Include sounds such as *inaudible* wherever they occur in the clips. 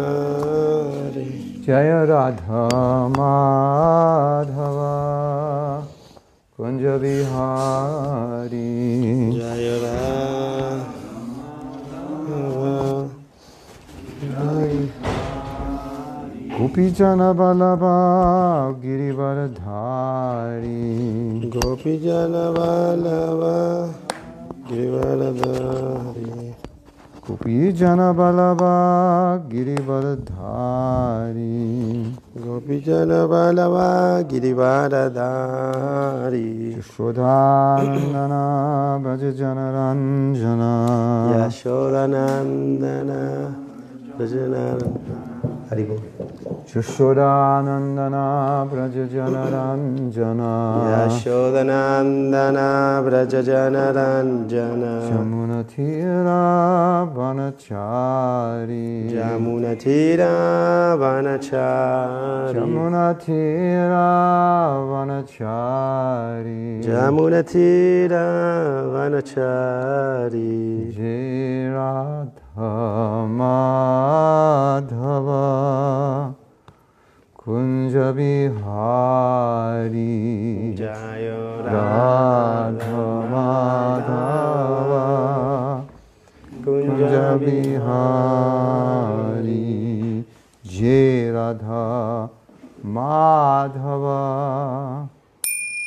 विहारे जय राधा माधव कुंज बिहारी जय गोपीजन बलबा गिरिवरधारी गोपी जन बालवा गिरिवरधारी गोपीजन बलबा गिरिवरधारी गोपी जन बालवा गिरिवरधारी यशोदानन्दन भज जनरञ्जन यशोरनन्दन भजनार हरि बोल यशोदानन्दन भज जनरञ्जन यशोदनन्दन व्रज जनरञ्जन यमुनथिरावनचारी जमुनथिरावनचारि यमुनथिरावनचारी जमुनथिरावनचारि जय राधा माधव कुञ्ज बिहारी जय राधमाधव कुञ्ज बिहारी जय राधा माधव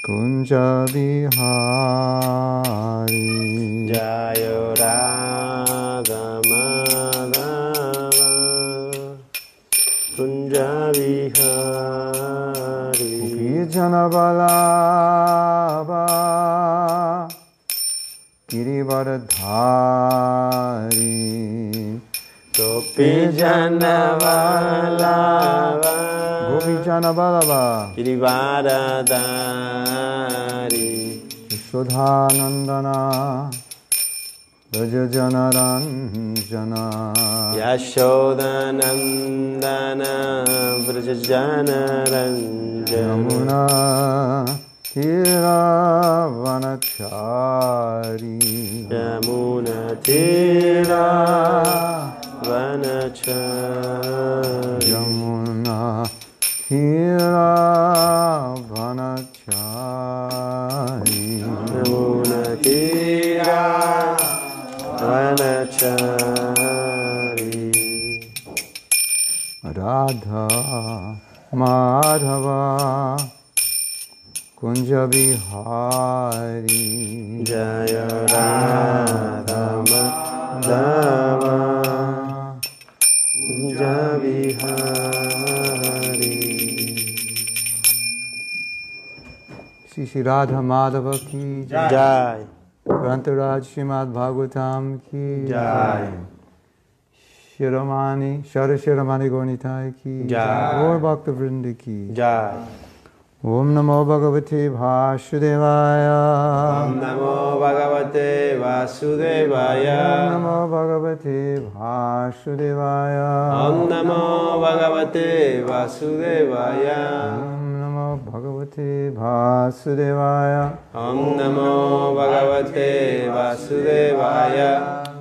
कुञ्ज बिहारी जय राधमाधव कुञ्जविहारि जनबलावा गिरिवरधारी गोपी जनवलवा गोपी जनबलवा गिरिवारदारि यशोधानन्दना भज जनरञ्जना यशोदनन्दन व्रजनरञ्जन यमुना हिरावनचारी यमुनतीरा वनचारि यमुना हिरावनचारी यमुनतीरा वनचारि राधा माधव कुञ्ज बिहारी जय राधम दव जविहारी श्री श्री राधा माधव की जय। जय ग्रंथराज श्रीमद् भागवताम की जय। शिरोमानी शर शिरोमानी गोनिताय की जय। और भक्त वृंद की जय ओम नमो भगवते वासुदेवाय ॐ नमो भगवते वासुदेवाय ओम नमो भगवते ॐ वासुदेवाय नमो भगवते वासुदेवाय ओम नमो भगवते वासुदेवाय ॐ नमो भगवते वासुदेवाय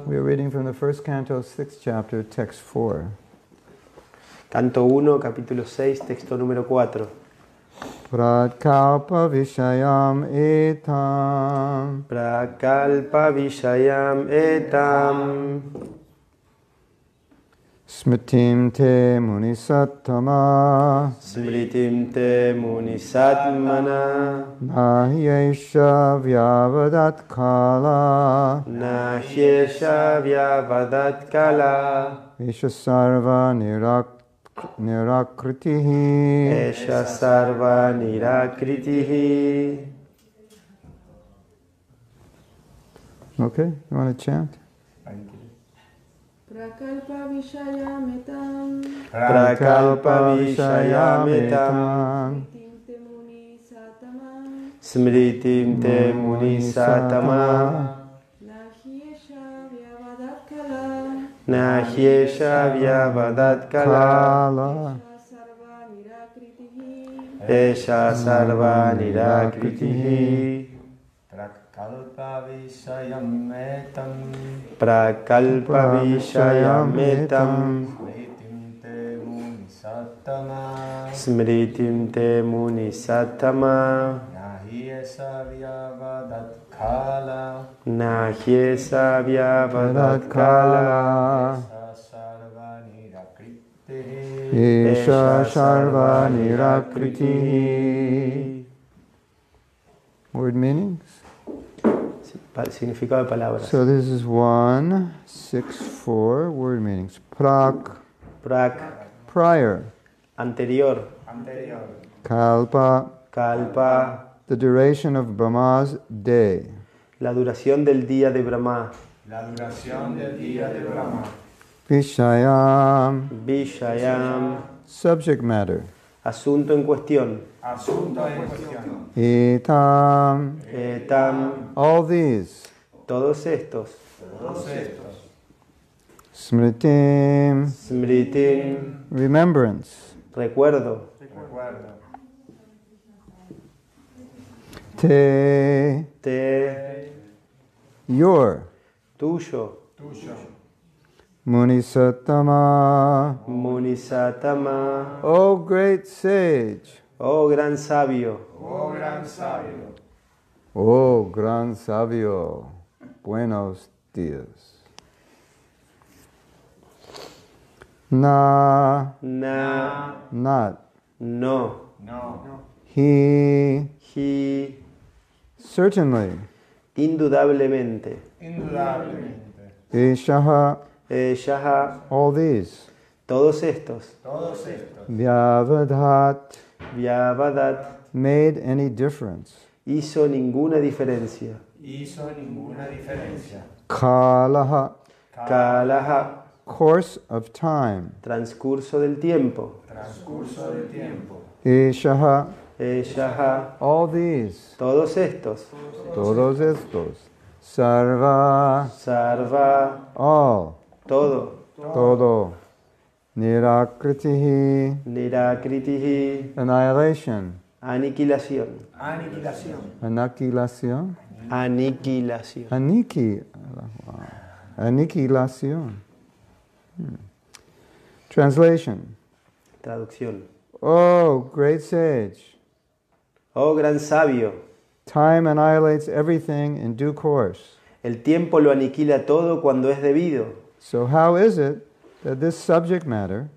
We are reading from the first canto, sixth chapter, text 4. Canto 1, capítulo 6, texto número 4. Pratkalpa Vishayam Etam Prakalpavishayam etam Smitim Te Munisattama smritim te munisatmana Mahyesha Vyavadat Kala nahyesha vyavadat kala Esha Sarva nirak, Nirakritihi esha sarva nirakritihi Okay, you want to chant? prakalpavishayamitam प्रकल्पविषयामितां नीतिं ते मुनिसातमां smritim te munisatama न ह्येषा nahyesha व्यवदत्कला vyavadat kala Kala सा सर्वा निराकृतिः esha sarva nirakritihi Prakal कल्पविषयं मेतं Prakalpavishayametam प्रीतिं ते मुनिसत्तमा Smritim te munisatama नहि एषा व्यवदत्खाला Nahye savyavadatkala Kala सा सर्वनिरकृतिः Esha Sarva Nirakriti. Word meanings. Sí, pa- Significado de palabras. So this is one, six, four word meanings. Prak, Prak, prior. anterior. Anterior. Kalpa, Kalpa, the duration of Brahma's day. la duración del día de Brahma. La duración del día de Brahma. Vishayam, Vishayam, subject matter. asunto en cuestión. Asunto en cuestión. Etam, Etam, all these. todos estos. Todos estos. Smritim, Smritim, remembrance. recuerdo. Recuerdo. Te, Te, your. tuyo. Tuyo. Munisattama, Munisatama, O great sage. oh gran sabio. Oh gran sabio. Oh, gran sabio, buenos días. Na, Na, not. no. No. He, Hi, certainly. indudablemente. Indudablemente. Eshaha, Eh, Yaha, all these. todos estos. Todos estos. Vyavadhat, Vyavadat made any difference. hizo ninguna diferencia. Hizo ninguna diferencia. Kalaha, Kalaha, course of time. transcurso del tiempo. Transcurso del tiempo. Eshaha, Eh, Yaha, all these. todos estos. Todos estos. Sarva, Sarva, all. todo. Todo. Nirakritihi, Nirakritihi, annihilation. aniquilación. Aniquilación. Aniquilación. Aniquilación. Aniki. wow. Aniquilación. Hmm. Translation. Traducción. Oh, great sage. Oh gran sabio, Time annihilates everything in due course. el tiempo lo aniquila todo cuando es debido. So, how is it that this subject matter,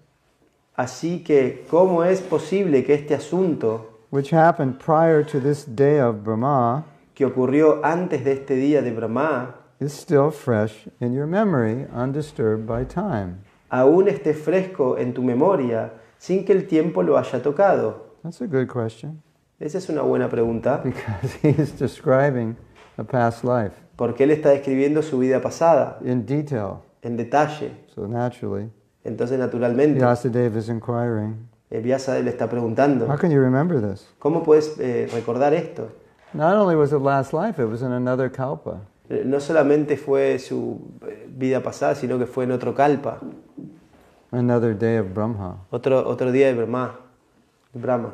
Así que, ¿cómo es posible que este asunto which happened prior to this day of Brahma, que ocurrió antes de este día de Brahma is still fresh in your memory, undisturbed by time? aún esté fresco en tu memoria sin que el tiempo lo haya tocado? That's a good question *laughs* Esa es una buena pregunta, because he is describing a past life porque él está describiendo su vida pasada in detail. en detalle. So naturally, Entonces, naturalmente, Vyasadeva is inquiring, eh, Vyasa él está how preguntando, can you remember this? ¿cómo puedes eh, recordar esto? Not only was it last life, it was in another kalpa. Eh, No solamente fue su eh, vida pasada, sino que fue en otro kalpa. Another day of Brahma. Otro, otro día de Brahma. Brahma.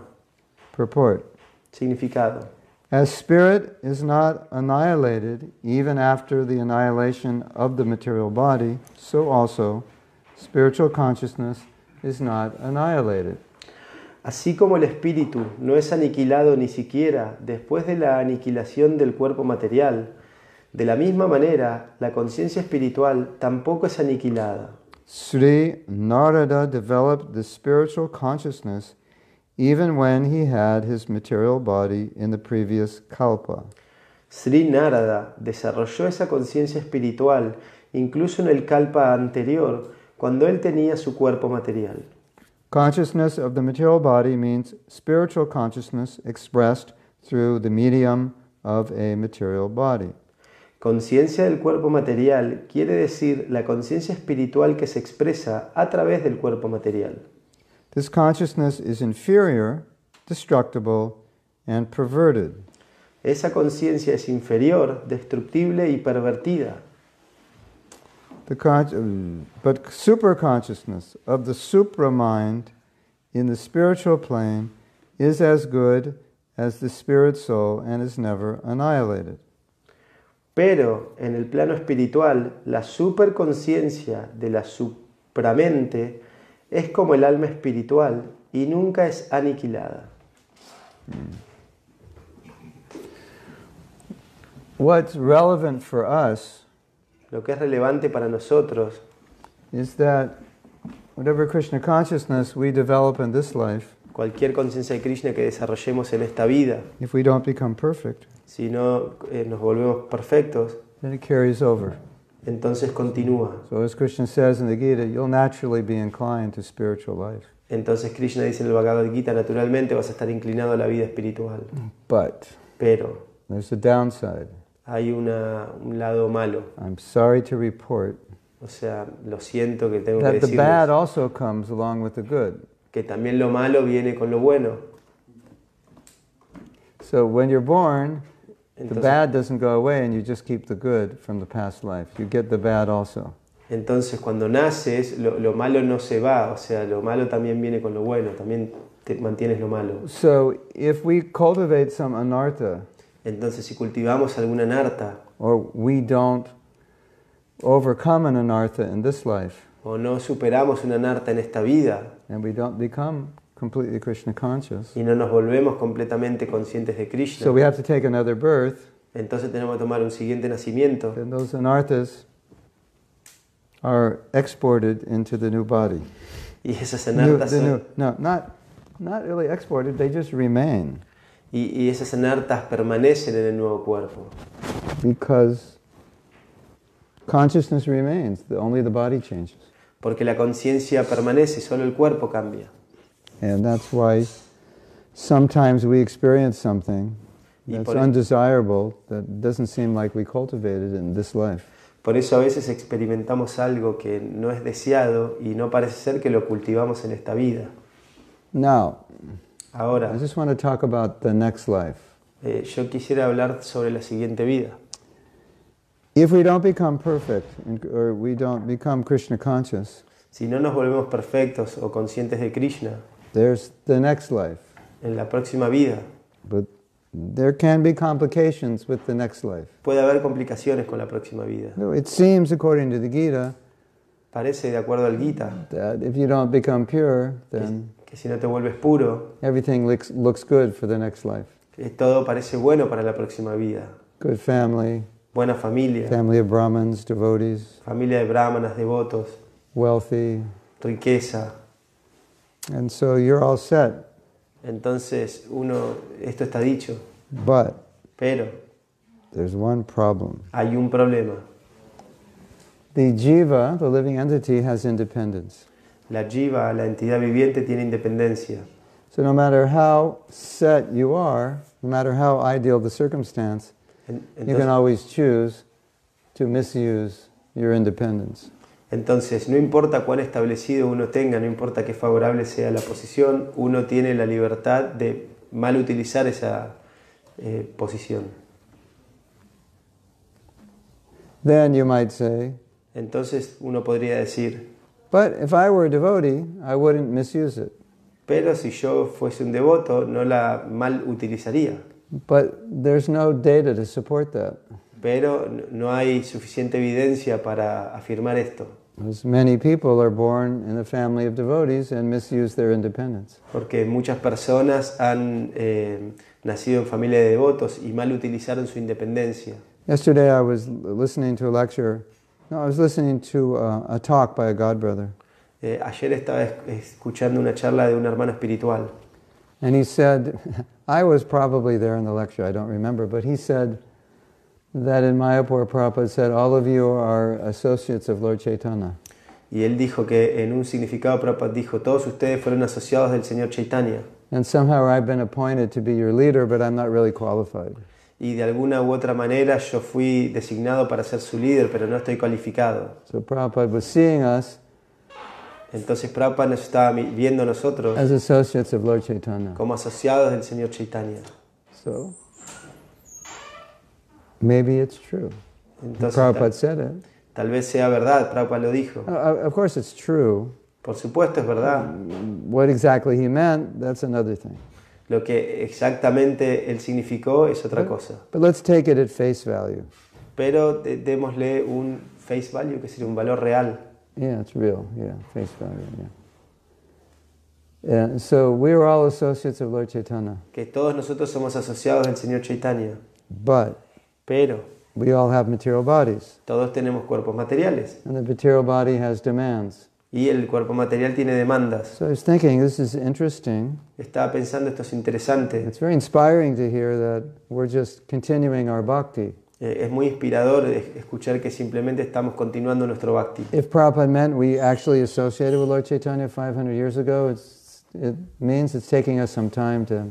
Purport. Significado. As spirit is not annihilated even after the annihilation of the material body, so also spiritual consciousness is not annihilated. Así como el espíritu no es aniquilado ni siquiera después de la aniquilación del cuerpo material, de la misma manera la conciencia espiritual tampoco es aniquilada. Sri Narada developed the spiritual consciousness even when he had his material body in the previous kalpa. Sri Narada desarrolló esa conciencia espiritual incluso en el kalpa anterior, cuando él tenía su cuerpo material. Consciousness of the material body means spiritual consciousness expressed through the medium of a material body. Conciencia del cuerpo material quiere decir la conciencia espiritual que se expresa a través del cuerpo material. This consciousness is inferior, destructible, and perverted. Esa conciencia es inferior, destructible y pervertida. The con- uh, but superconsciousness of the supramind in the spiritual plane is as good as the spirit soul and is never annihilated. Pero en el plano espiritual, la superconciencia de la supramente es como el alma espiritual y nunca es aniquilada. What's relevant for us Lo que es relevante para nosotros is that whatever Krishna consciousness we develop in this life, cualquier conciencia de Krishna que desarrollemos en esta vida, if we don't become perfect, si no eh, nos volvemos perfectos, then it carries over. entonces continúa. So, as Krishna says in the Gita, you'll naturally be inclined to spiritual life. Entonces Krishna dice en el Bhagavad Gita, naturalmente vas a estar inclinado a la vida espiritual. Mm. But Pero there's a downside. hay una- un lado malo. I'm sorry to report O sea, lo siento que tengo que that the bad decirles also comes along with the good. que también lo malo viene con lo bueno. So, when you're born, the Entonces, bad doesn't go away and you just keep the good from the past life. You get the bad also. entonces, cuando naces, lo, lo malo no se va. O sea, lo malo también viene con lo bueno. También te mantienes lo malo. So, if we cultivate some anartha, Entonces, si cultivamos alguna narta or we don't overcome an anartha in this life, o no superamos una narta en esta vida and we don't become completely Krishna conscious, y no nos volvemos completamente conscientes de so we Krishna, have to take another birth, entonces tenemos que tomar un siguiente nacimiento. then those anarthas are exported into the new body. Y esas New, anartas the son- new, no, not, not really exported, they just remain y, y esas anartas permanecen en el nuevo cuerpo. because consciousness remains, the, only the body changes. Porque la conciencia permanece, solo el cuerpo cambia. And that's why sometimes we experience something Y that's por e- undesirable that doesn't seem like we cultivated in this life. Por eso a veces experimentamos algo que no es deseado y no parece ser que lo cultivamos en esta vida. Now, Ahora, I just want to talk about the next life. eh, yo quisiera hablar sobre la siguiente vida. If we don't become perfect and- or we don't become Krishna conscious, Si no nos volvemos perfectos o conscientes de Krishna there's the next life. en la próxima vida, But there can be complications with the next life. puede haber complicaciones con la próxima vida. No, It seems, according to the Gita, Parece, de acuerdo al Gita, that if you don't become pure, then que si no te vuelves puro, everything looks, looks good for the next life. eh, todo parece bueno para la próxima vida. Good family, Buena familia, family of Brahmins, devotees, familia de brahmanas, devotos, wealthy, riqueza. and so you're all set. Entonces, uno, esto está dicho, But pero there's one problem. hay un problema. The jiva, the living entity, has independence. La jiva, la entidad viviente, tiene independencia. So no matter how set you are, no matter how ideal the circumstance, En- you Entonces, can always choose to misuse your independence. entonces, no importa cuán establecido uno tenga, no importa qué favorable sea la posición, uno tiene la libertad de mal utilizar esa eh, posición. Then you might say, Entonces, uno podría decir, but if I were a devotee, I wouldn't misuse it. pero si yo fuese un devoto, no la mal utilizaría. But there's no data to support that. Pero n- no hay suficiente evidencia para afirmar esto. As many people are born in a family of devotees and misuse their independence. Porque muchas personas han eh, nacido en familia de devotos y mal utilizaron su independencia. Yesterday, I was l- listening to a lecture. No, I was listening to uh, a talk by a god brother, Eh, ayer estaba es- escuchando una charla de una hermana espiritual and he said, *laughs* I was probably there in the lecture. I don't remember, but he said that in Mayapur, Prabhupada said, all of you are associates of Lord Chaitanya. y él dijo que en un significado Prabhupada dijo, todos ustedes fueron asociados del señor Chaitanya And somehow I've been appointed to be your leader, but I'm not really qualified. y de alguna u otra manera yo fui designado para ser su líder, pero no estoy cualificado. So Prabhupada was seeing us Entonces Prabhupada nos estaba mi- viendo a nosotros as associates of Lord Chaitanya. como asociados del señor Chaitanya. So maybe it's true. Entonces Prabhupada tal, said it. tal vez sea verdad, Prabhupada lo dijo. Uh, Of course, it's true. Por supuesto es verdad. What exactly he meant, that's another thing. Lo que exactamente él significó es otra cosa. But let's take it at face value. pero de- démosle un face value, que sería un valor real. Yeah, it's real. Yeah, face value. Yeah. And so we are all associates of Lord Chaitanya, Que todos nosotros somos asociados del Señor Chaitanya, but pero we all have material bodies, todos tenemos cuerpos materiales and the material body has demands. y el cuerpo material tiene demandas. So I was thinking, this is interesting. Estaba pensando, esto es interesante, It's very inspiring to hear that we're just continuing our bhakti. Eh, es muy inspirador es- escuchar que simplemente estamos continuando nuestro bhakti. If Prabhupada meant we actually associated with Lord Chaitanya 500 years ago, it's, it means it's taking us some time to,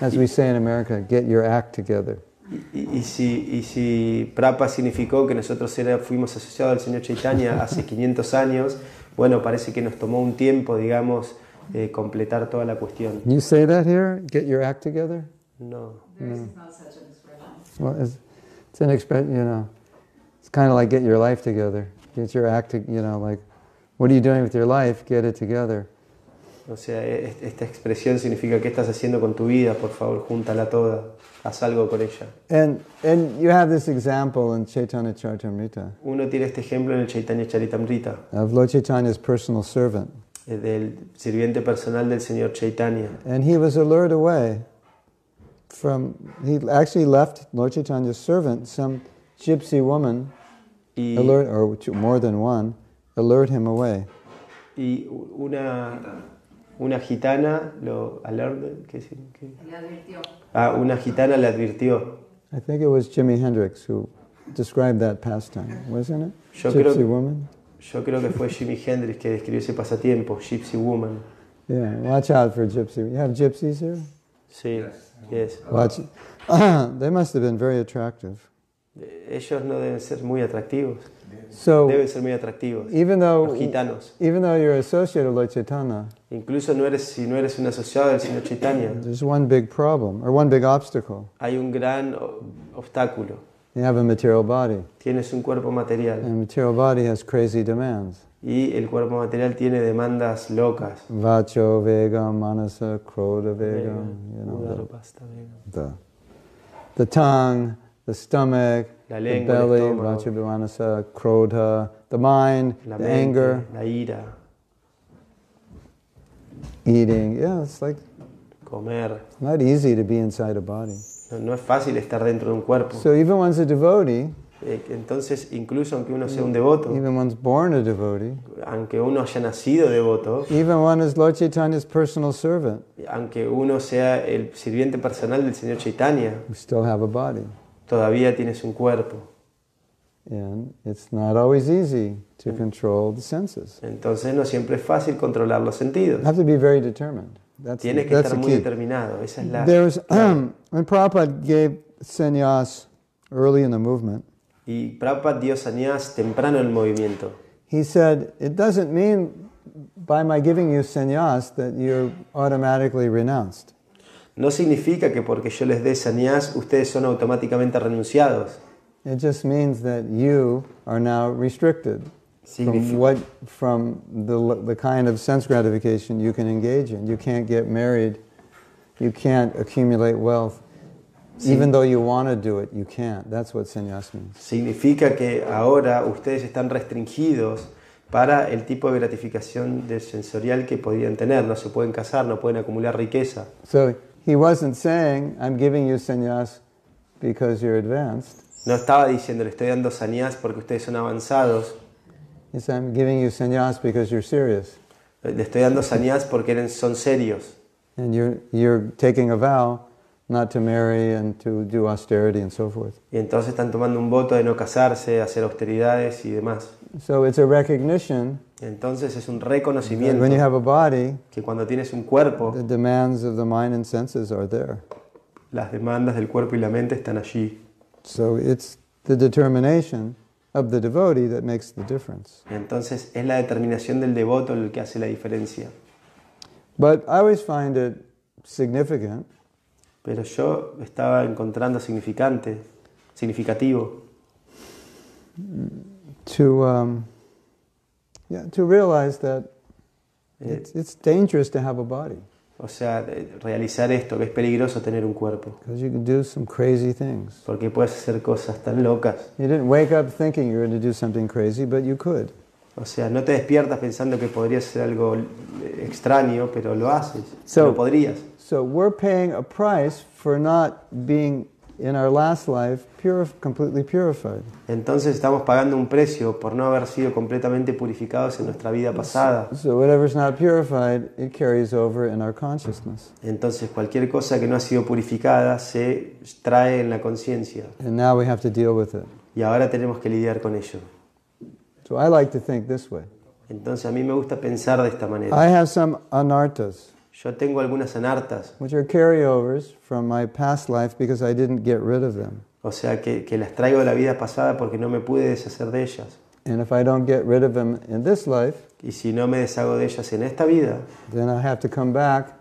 as we say in America, get your act together. Y, y si, y si Prapa significó que nosotros era- fuimos asociados al señor Chaitanya hace 500 años, bueno, parece que nos tomó un tiempo, digamos, eh, completar toda la cuestión. Can you say that here? Get your act together? No. There is no such an expression. Well, it's, it's an expression, you know, it's kind of like get your life together. Get your act, to, you know, like, what are you doing with your life? Get it together. O sea, e- es- esta expresión significa qué estás haciendo con tu vida, por favor, júntala toda, haz algo con ella. And, and you have this example in Chaitanya Charitamrita Uno tiene este ejemplo en el Chaitanya Charitamrita, of Lord Chaitanya's personal servant. eh, del sirviente personal del señor Chaitanya. And he was lured away from, he actually left Lord Chaitanya's servant, some gypsy woman, Y, allured, or two- more than one, allured him away. y u- una, una gitana, lo, alert, ¿qué significa? Le advirtió. Ah, una gitana le advirtió. I think it was Jimi Hendrix who described that pastime, wasn't it? Yo Gypsy creo que- woman? Yo creo que fue Jimi Hendrix que describió ese pasatiempo, Gypsy Woman. Yeah, watch out for gypsy. You have gypsies here? Sí, yes. Watch. *clears throat* they must have been very attractive. Eh, Ellos no deben ser muy atractivos. So, Deben ser muy atractivos. even Los though, gitanos. even though you're associated with Lord Chaitanya, Incluso no eres, si no eres un asociado del señor Chaitanya, there's one big problem, or one big obstacle. hay un gran o- obstáculo. You have a material body, Tienes un cuerpo and material the material body has crazy demands. y el cuerpo material tiene demandas locas. Vacho vegam, manasa krodha vegam, you know, La the, the, the tongue, the stomach, the lengua, belly, el vacha estómago, manasa krodha, the mind, la the anger, mente, la ira, eating. Yeah, it's like comer. not easy to be inside a body. No, no es fácil estar dentro de un cuerpo. So even one's a devotee, Eh, Entonces, incluso aunque uno sea Mm. un devoto, even one's born a devotee, aunque uno haya nacido devoto, even one is Lord Chaitanya's personal servant, aunque uno sea el sirviente personal del señor Chaitanya, we still have a body. todavía tienes un cuerpo. And it's not always easy to control the senses. Entonces no siempre es fácil controlar los You sentidos. have to be very determined. That's, the- Tienes que that's estar the muy key. determinado. Esa es la... There was, *clears throat* when Prabhupada gave sannyas early in the movement, Y Prabhupada dio sannyas temprano en el movimiento. he said, It doesn't mean by my giving you sannyas that you're automatically renounced. No significa que porque yo les dé sannyas ustedes son automáticamente renunciados. It just means that you are now restricted from Signifi- what from the, the kind of sense gratification you can engage in. You can't get married, you can't accumulate wealth. Even though you want to do it, you can't. That's what sannyas means. Significa que ahora ustedes están restringidos para el tipo de gratificación de- sensorial que podrían tener. No se pueden casar, no pueden acumular riqueza. So he wasn't saying, I'm giving you sannyas because you're advanced. No estaba diciendo, le estoy dando sannyas porque ustedes son avanzados. He said, I'm giving you sannyas because you're serious. Eh, Le estoy dando sannyas porque eran- son serios. And you're, you're taking a vow not to marry and to do austerity and so forth. Y entonces están tomando un voto de no casarse, hacer austeridades y demás. So it's a recognition Entonces es un that when you reconocimiento have a body, que cuando tienes un cuerpo, the demands of the mind and senses are there. las demandas del cuerpo y la mente están allí. So it's the determination of the devotee that makes the difference. Entonces es la determinación del devoto el que hace la diferencia. But I always find it significant Pero yo estaba encontrando significante, significativo, to, um, yeah, to realize that eh, it's, it's dangerous to have a body. O sea, de- realizar esto, que es peligroso tener un cuerpo, because you can do some crazy things. porque puedes hacer cosas tan locas. You didn't wake up thinking you were going to do something crazy, but you could. O sea, no te despiertas pensando que podría ser algo eh, extraño, pero lo haces, So- lo podrías. So we're paying a price for not being in our last life purif- completely purified. Entonces estamos pagando un precio por no haber sido completamente purificados en nuestra vida pasada. So whatever's not purified, it carries over in our consciousness. Entonces cualquier cosa que no ha sido purificada se trae en la conciencia And now we have to deal with it. y ahora tenemos que lidiar con ello. So I like to think this way. Entonces a mí me gusta pensar de esta manera. I have some anartas, Yo tengo algunas anartas, which are carryovers from my past life because I didn't get rid of them. o sea, que, que las traigo de la vida pasada porque no me pude deshacer de ellas. And if I don't get rid of them in this life, Y si no me deshago de ellas en esta vida, then I have to come back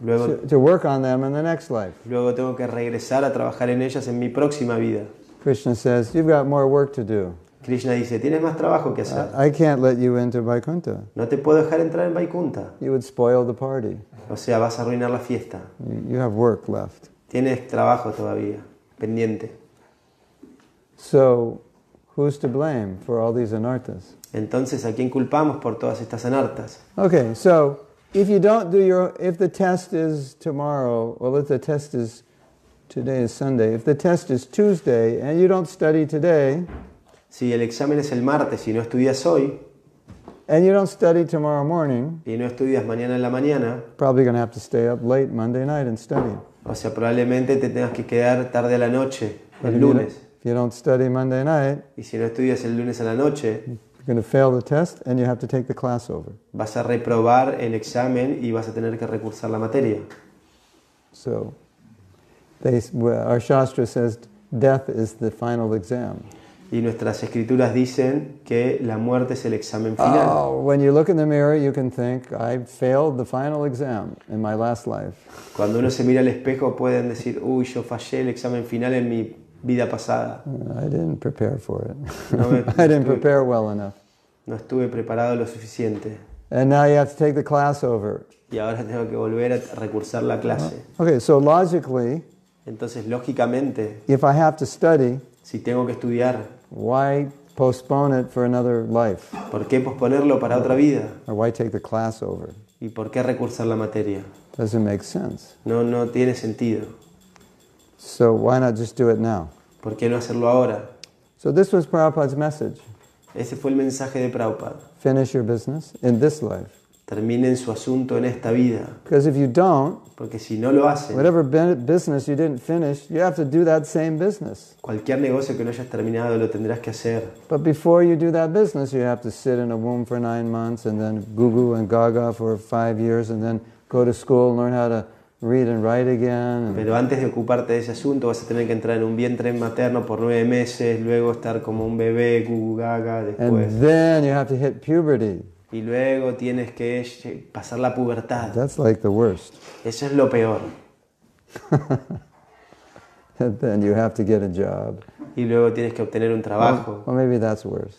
luego, to, to work on them in the next life. luego tengo que regresar a trabajar en ellas en mi próxima vida. Krishna says, You've got more work to do. Krishna dice, tienes más trabajo que hacer. I, I can't let you into Vaikuntha. No te puedo dejar entrar en Vaikunta. You would spoil the party. O sea, vas a arruinar la fiesta. You, you have work left. Tienes trabajo todavía, pendiente. So, who's to blame for all these anarthas? Entonces, ¿a quién culpamos por todas estas anartas? Okay, so if you don't do your, if the test is tomorrow, well, if the test is, today is Sunday, if the test is Tuesday and you don't study today Si el examen es el martes y no estudias hoy, and you don't study tomorrow morning, y no estudias mañana en la mañana, probably going to have to stay up late Monday night and study. o sea, probablemente te tengas que quedar tarde a la noche, But el if you don't- lunes. If you don't study Monday night, Y si no estudias el lunes a la noche, you're going to fail the test and you have to take the class over. vas a reprobar el examen y vas a tener que recursar la materia. So, they, our Shastra says death is the final exam. Y nuestras escrituras dicen que la muerte es el examen final. Oh, when you look in the mirror, you can think, I failed the final exam in my last life. Cuando uno se mira al espejo pueden decir, uy, yo fallé el examen final en mi vida pasada. Uh, I didn't prepare for it. No *laughs* me- I didn't prepare well enough. No estuve preparado lo suficiente. And now you have to take the class over. Y ahora tengo que volver a recursar la clase. Okay, so logically, Entonces, lógicamente, if I have to study, si tengo que estudiar, why postpone it for another life? ¿por qué posponerlo para otra vida? Or why take the class over? ¿Y por qué recursar la materia? Doesn't make sense. No, no tiene sentido. So why not just do it now? ¿Por qué no hacerlo ahora? So this was Prabhupada's message. Ese fue el mensaje de Prabhupada. Finish your business in this life. Terminen su asunto en esta vida. Because if you don't, Porque si no lo hacen, Whatever ben- business you didn't finish, you have to do that same business. cualquier negocio que no hayas terminado lo tendrás que hacer. But before you do that business, you have to sit in a womb for nine months and then goo goo and gaga for five years and then go to school and learn how to read and write again. And Pero antes de ocuparte de ese asunto vas a tener que entrar en un vientre materno por nueve meses, luego estar como un bebé, gugu gaga, después. and then you have to hit puberty. Y luego tienes que lle- pasar la pubertad. That's like the worst. *laughs* Eso es lo peor. And then you have to get a job. Y luego tienes que obtener un trabajo. Well, maybe that's worse.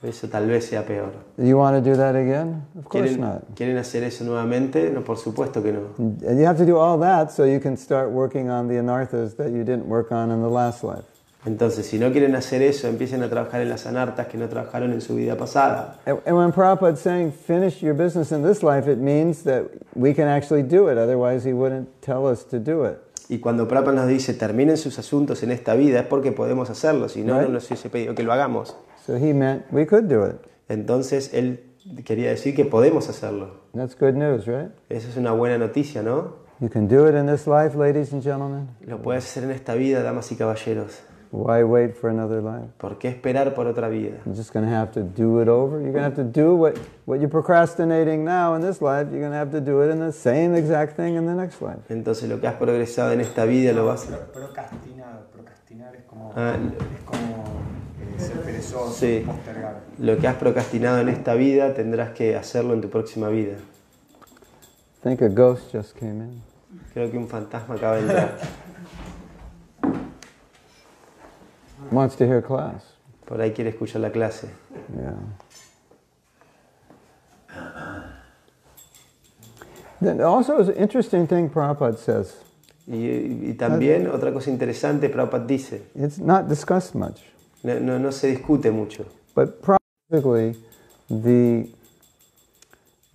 Eso tal vez sea peor. You want to do that again? Of course ¿Quieren, not. quieren hacer eso nuevamente? No, por supuesto que no. And you have to do all that so you can start working on the anarthas that you didn't work on in the last life. Entonces, si no quieren hacer eso, empiecen a trabajar en las anartas que no trabajaron en su vida pasada. And and when Prabhupada's saying finish your business in this life, it means that we can actually do it. Otherwise, he wouldn't tell us to do it. Y cuando Prapa nos dice terminen sus asuntos en esta vida es porque podemos hacerlo, si no, no nos hubiese pedido que lo hagamos. So he meant we could do it. Entonces él quería decir que podemos hacerlo. That's good news, right? Esa es una buena noticia, ¿no? You can do it in this life, ladies and gentlemen. Lo puedes hacer en esta vida, damas y caballeros. Why wait for another life? ¿Por qué esperar por otra vida? You're just going to have to do it over. You're going to have to do what, what you're procrastinating now in this life. You're going to have to do it in the same exact thing in the next life. Entonces lo que has progresado en esta vida lo vas a... Pro- Procrastinar, procrastinar es como, Ah, es como eh, ser perezoso, Sí. postergar. Lo que has procrastinado en esta vida tendrás que hacerlo en tu próxima vida. I think a ghost just came in. Creo que un fantasma acaba de *laughs* entrar. Wants to hear class. Por ahí quiere escuchar la clase. Yeah. Then also, it's an interesting thing Prabhupada says. Y, y también otra cosa interesante, Prabhupada dice, It's not discussed much, no, no- no se discute mucho, but practically, the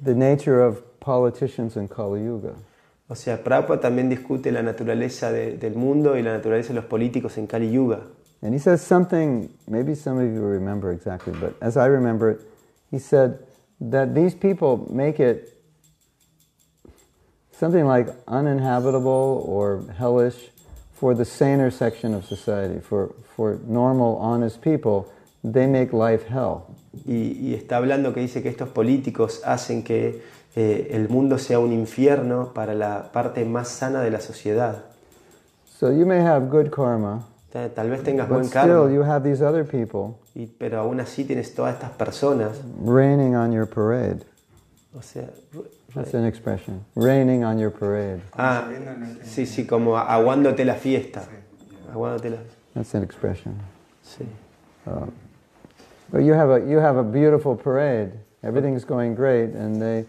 the nature of politicians in Kali Yuga. o sea, Prabhupada también discute la naturaleza de- del mundo y la naturaleza de los políticos en Kali Yuga. And he says something, maybe some of you remember exactly, but as I remember it, he said that these people make it something like uninhabitable or hellish for the saner section of society, for, for normal, honest people. They make life hell. Y, y está hablando que dice que estos políticos hacen que eh, el mundo sea un infierno para la parte más sana de la sociedad. So you may have good karma, Ta- Tal vez tengas but buen still karma, you have these other people y- pero aún así tienes todas estas personas. raining on your parade. O sea, ru- That's an expression. Raining on your parade. ah, sí, sí, como aguándote la fiesta. Aguándote la... That's an expression. Sí. Well, you have a you have a beautiful parade. Everything's going great, and they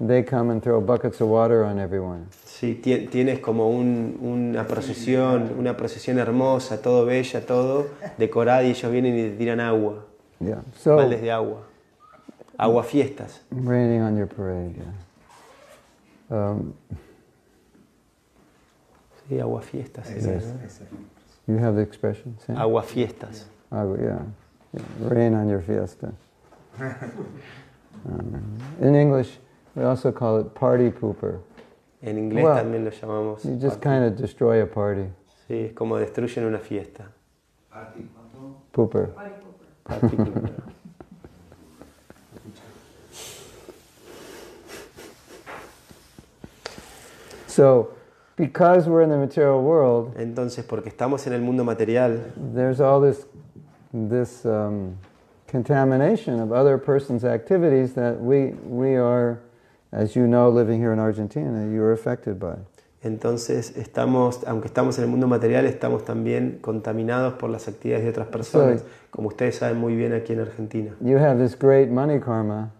they come and throw buckets of water on everyone. Sí, ti- tienes como un- una procesión, una procesión hermosa, todo bella, todo decorada y ellos vienen y te tiran agua, Yeah. baldes So de agua, agua fiestas. raining on your parade. Yeah. Um, Sí, agua fiestas. Ese, ese. you have the expression. Sam? Agua fiestas. Oh, yeah. yeah. Rain on your fiesta. Um, in English, we also call it party pooper. En inglés Wow. también lo llamamos. You just kind of destroy a party. Sí, es como destruyen una fiesta. *laughs* Pooper. Party pooper. So, because we're in the material world, Entonces, porque estamos en el mundo material, there's all this this um, contamination of other person's activities that we we are, as you know, living here in Argentina, you are affected by. entonces estamos, aunque estamos en el mundo material, estamos también contaminados por las actividades de otras personas, Sí. como ustedes saben muy bien aquí en Argentina. You have this great money karma,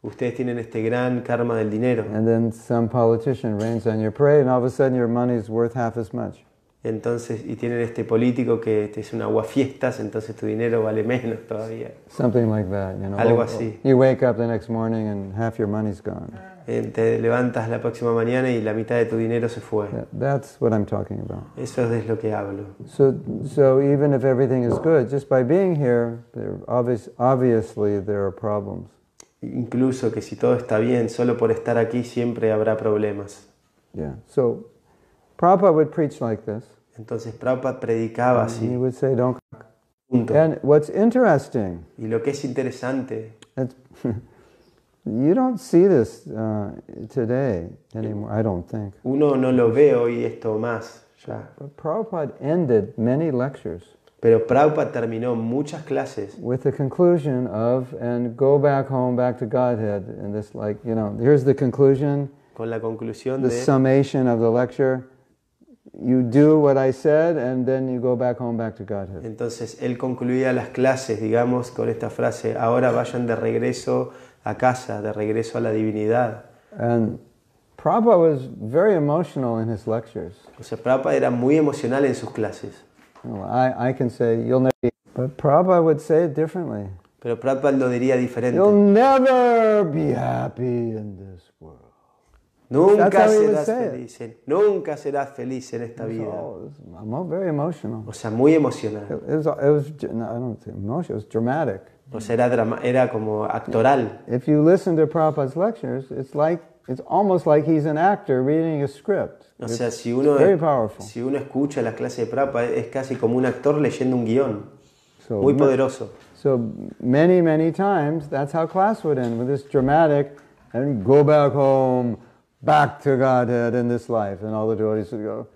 Ustedes tienen este gran karma del dinero. and then some politician rains on your parade, and all of a sudden your money is worth half as much. Entonces, y tienen este político que te es un aguafiestas, entonces tu dinero vale menos todavía. Something like that, you know. Algo Or- así. You wake up the next morning and half your money's gone. Eh, Te levantas la próxima mañana y la mitad de tu dinero se fue. That- That's what I'm talking about. Eso es de lo que hablo. So, so even if everything is good, just by being here, there obvious, obviously there are problems. Incluso que si todo está bien, solo por estar aquí siempre habrá problemas. Yeah. So Prabhupada would preach like this. Entonces Prabhupada predicaba And he así. would say, don't. Punto. And what's interesting, Y lo que es interesante, it's, *laughs* you don't see this uh, today anymore, I don't think. uno no lo ve hoy esto más ya. But Prabhupada ended many lectures Pero Prabhupada terminó muchas clases with the conclusion of, and go back home, back to Godhead. And this, like, you know, here's the conclusion, con la conclusión the de summation of the lecture. You do what I said, and then you go back home, back to Godhead. Entonces él concluía las clases, digamos, con esta frase, ahora vayan de regreso a casa, de regreso a la divinidad. And Prabhupada was very emotional in his lectures. O sea, Prabhupada era muy emocional en sus clases, You know, I, I can say, you'll never, be-" but Prabhupada would say it differently. pero Prabhupada lo diría diferente. You'll never be happy in this world. That's Nunca how he would serás say it. feliz, en- nunca serás feliz en esta vida. So, it was- I'm all very emotional. O sea, muy It, emocional. it was, it was, dr- no, I don't say emotional, it was dramatic. O sea, era, drama- era como actoral. If you listen to Prabhupada's lectures, it's like, it's almost like he's an actor reading a script. O It's- sea, si uno, it's very powerful. si uno escucha las clases de Prabhupada, es casi como un actor leyendo un guión. So Muy ma- poderoso. So many, many times, that's how class would end with this dramatic and go back home, back to Godhead in this life. And all the devotees would go,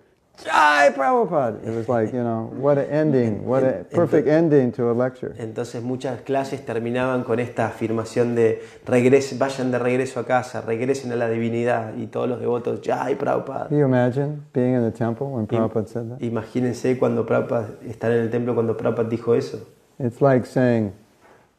Jai Prabhupada! It was like, you know, what an ending, what a perfect ending to a lecture. Entonces muchas clases terminaban con esta afirmación de "Regrese- vayan de regreso a casa, regresen a la divinidad y todos los devotos, Jai Prabhupada. Can you imagine being in the temple when Prabhupada said that? Imagínense cuando Prabhupada, estar en el templo cuando Prabhupada dijo eso. It's like saying,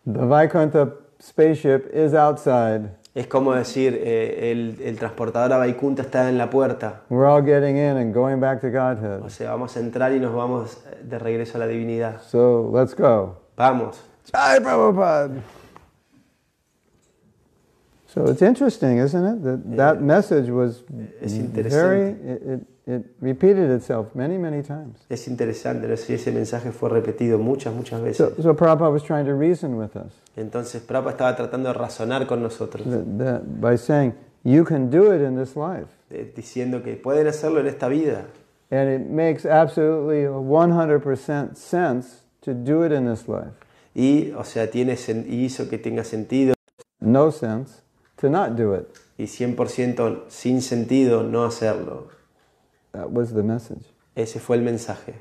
the Vaikuntha spaceship is outside. Es como decir, eh, el, el transportador a Vaikunta está en la puerta. We're all getting in and going back to O Godhead. sea, vamos a entrar y nos vamos eh, de regreso a la divinidad. So let's go. Vamos. Jai Prabhupada. So it's interesting, isn't it? That that message was es very. It, it, it repeated itself many many times. Es interesante, no sé si ese mensaje fue repetido muchas, muchas veces. So, so Prabhupada was trying to reason with us Entonces, Prabhupada estaba tratando de razonar con nosotros, that, that by saying you can do it in this life, eh, diciendo que pueden hacerlo en esta vida. and it makes absolutely 100% sense to do it in this life. Y, o sea, tiene sen- y hizo que tenga sentido No sense to not do it. y 100% sin sentido no hacerlo. That was the message. Ese fue el mensaje.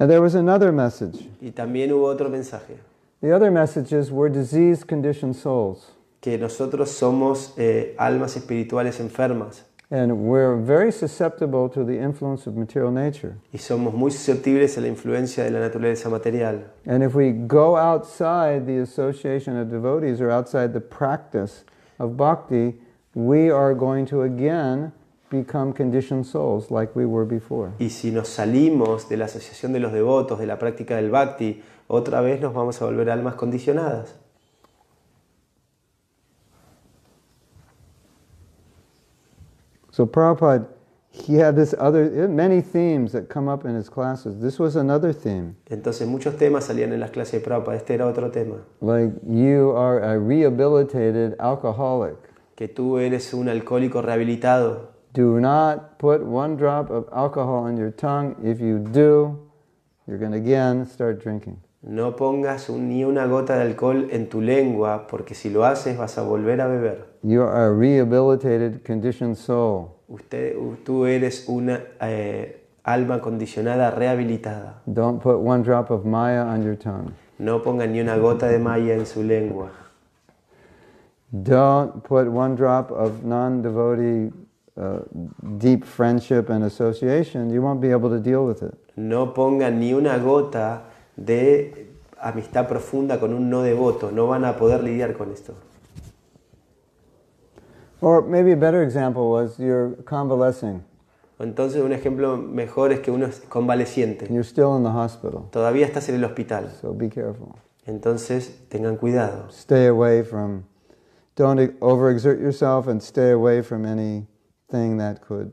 And there was another message. Y también hubo otro mensaje, The other message is we're disease conditioned souls. que nosotros somos eh, almas espirituales enfermas And we're very susceptible to the influence of material nature. y somos muy susceptibles a la influencia de la naturaleza material. And if we go outside the association of devotees or outside the practice of bhakti, we are going to again become conditioned souls like we were before. Y si nos salimos de la asociación de los devotos, de la práctica del bhakti, otra vez nos vamos a volver almas condicionadas. So Prabhupada, he had this other, he had many themes that come up in his classes. This was another theme, Entonces muchos temas salían en las clases de Prabhupada, este era otro tema, like you are a rehabilitated alcoholic. que tú eres un alcohólico rehabilitado, Do not put one drop of alcohol on your tongue. If you do, you're going to again start drinking. no pongas un- ni una gota de alcohol en tu lengua, porque si lo haces vas a volver a beber. You are a rehabilitated, conditioned soul. Usted, u- tú eres una eh, alma condicionada rehabilitada. Don't put one drop of Maya on your tongue. No ponga ni una gota de maya en su lengua. Don't put one drop of non devotee uh, deep friendship and association. You won't be able to deal with it. No ponga ni una gota de amistad profunda con un no devoto. No van a poder lidiar con esto. Or maybe a better example was you're convalescing, Entonces un ejemplo mejor es que uno es and convaleciente. you're still in the hospital. Todavía estás en el hospital. So be careful. Entonces tengan cuidado. stay away from don't overexert yourself and stay away from anything that could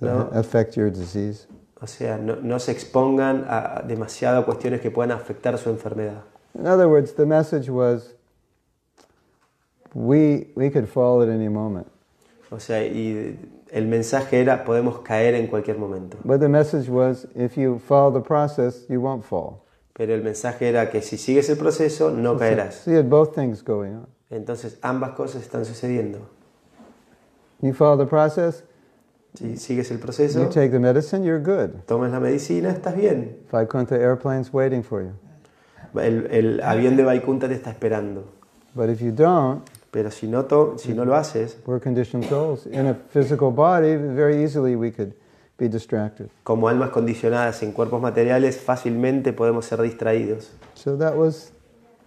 that No. affect your disease O sea, no, no se expongan a demasiado a cuestiones que puedan afectar su enfermedad. in other words the message was we we could fall at any moment O sea, y el mensaje era podemos caer en cualquier momento. but the message was if you follow the process you won't fall Pero el mensaje era que si sigues el proceso no caerás. so you had both things going on Entonces ambas cosas están sucediendo. you follow the process Si sigues el you proceso, take the medicine you're good tomas la medicina, estás bien. vaikuntha airplane's waiting for you El, el avión de Vaikunta te está esperando. but if you don't Pero si no, to- si no lo haces, We're conditioned souls. In a physical body, very easily we could be distracted. como almas condicionadas en cuerpos materiales, fácilmente podemos ser distraídos. So that was,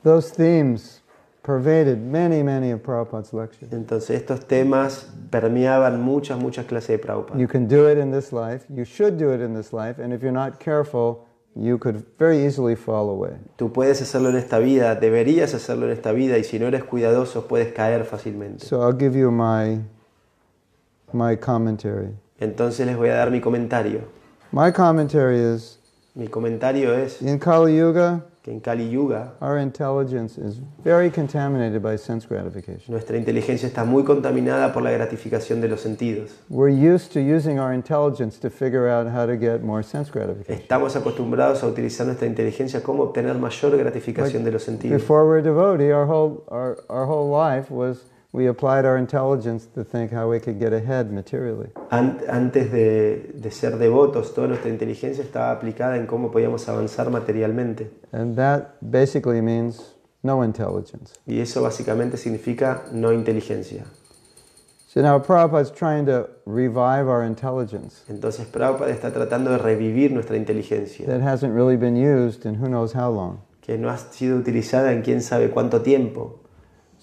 those themes pervaded many, many of Prabhupada's lectures. Entonces estos temas permeaban muchas, muchas clases de Prabhupada. You can do it in this life, you should do it in this life, and if you're not careful, you could very easily fall away. Tú puedes hacerlo en esta vida, deberías hacerlo en esta vida y si no eres cuidadoso puedes caer fácilmente. So I'll give you my, my commentary. Entonces les voy a dar mi comentario. My commentary is Mi comentario es in Kali Yuga, que en Kali Yuga our intelligence is very contaminated by sense gratification. nuestra inteligencia está muy contaminada por la gratificación de los sentidos. We're used to using our intelligence to figure out how to get more *laughs* sense gratification. Estamos acostumbrados a utilizar nuestra inteligencia como obtener mayor gratificación de los sentidos. Before we're devotee, our whole, our, our whole life was we applied our intelligence to think how we could get ahead materially. An- Antes de, de ser devotos, toda nuestra inteligencia estaba aplicada en cómo podíamos avanzar materialmente. And that basically means no intelligence. Y eso básicamente significa no inteligencia. So now Prabhupada's trying to revive our intelligence Entonces Prabhupada está tratando de revivir nuestra inteligencia, that hasn't really been used in who knows how long. que no ha sido utilizada en quién sabe cuánto tiempo.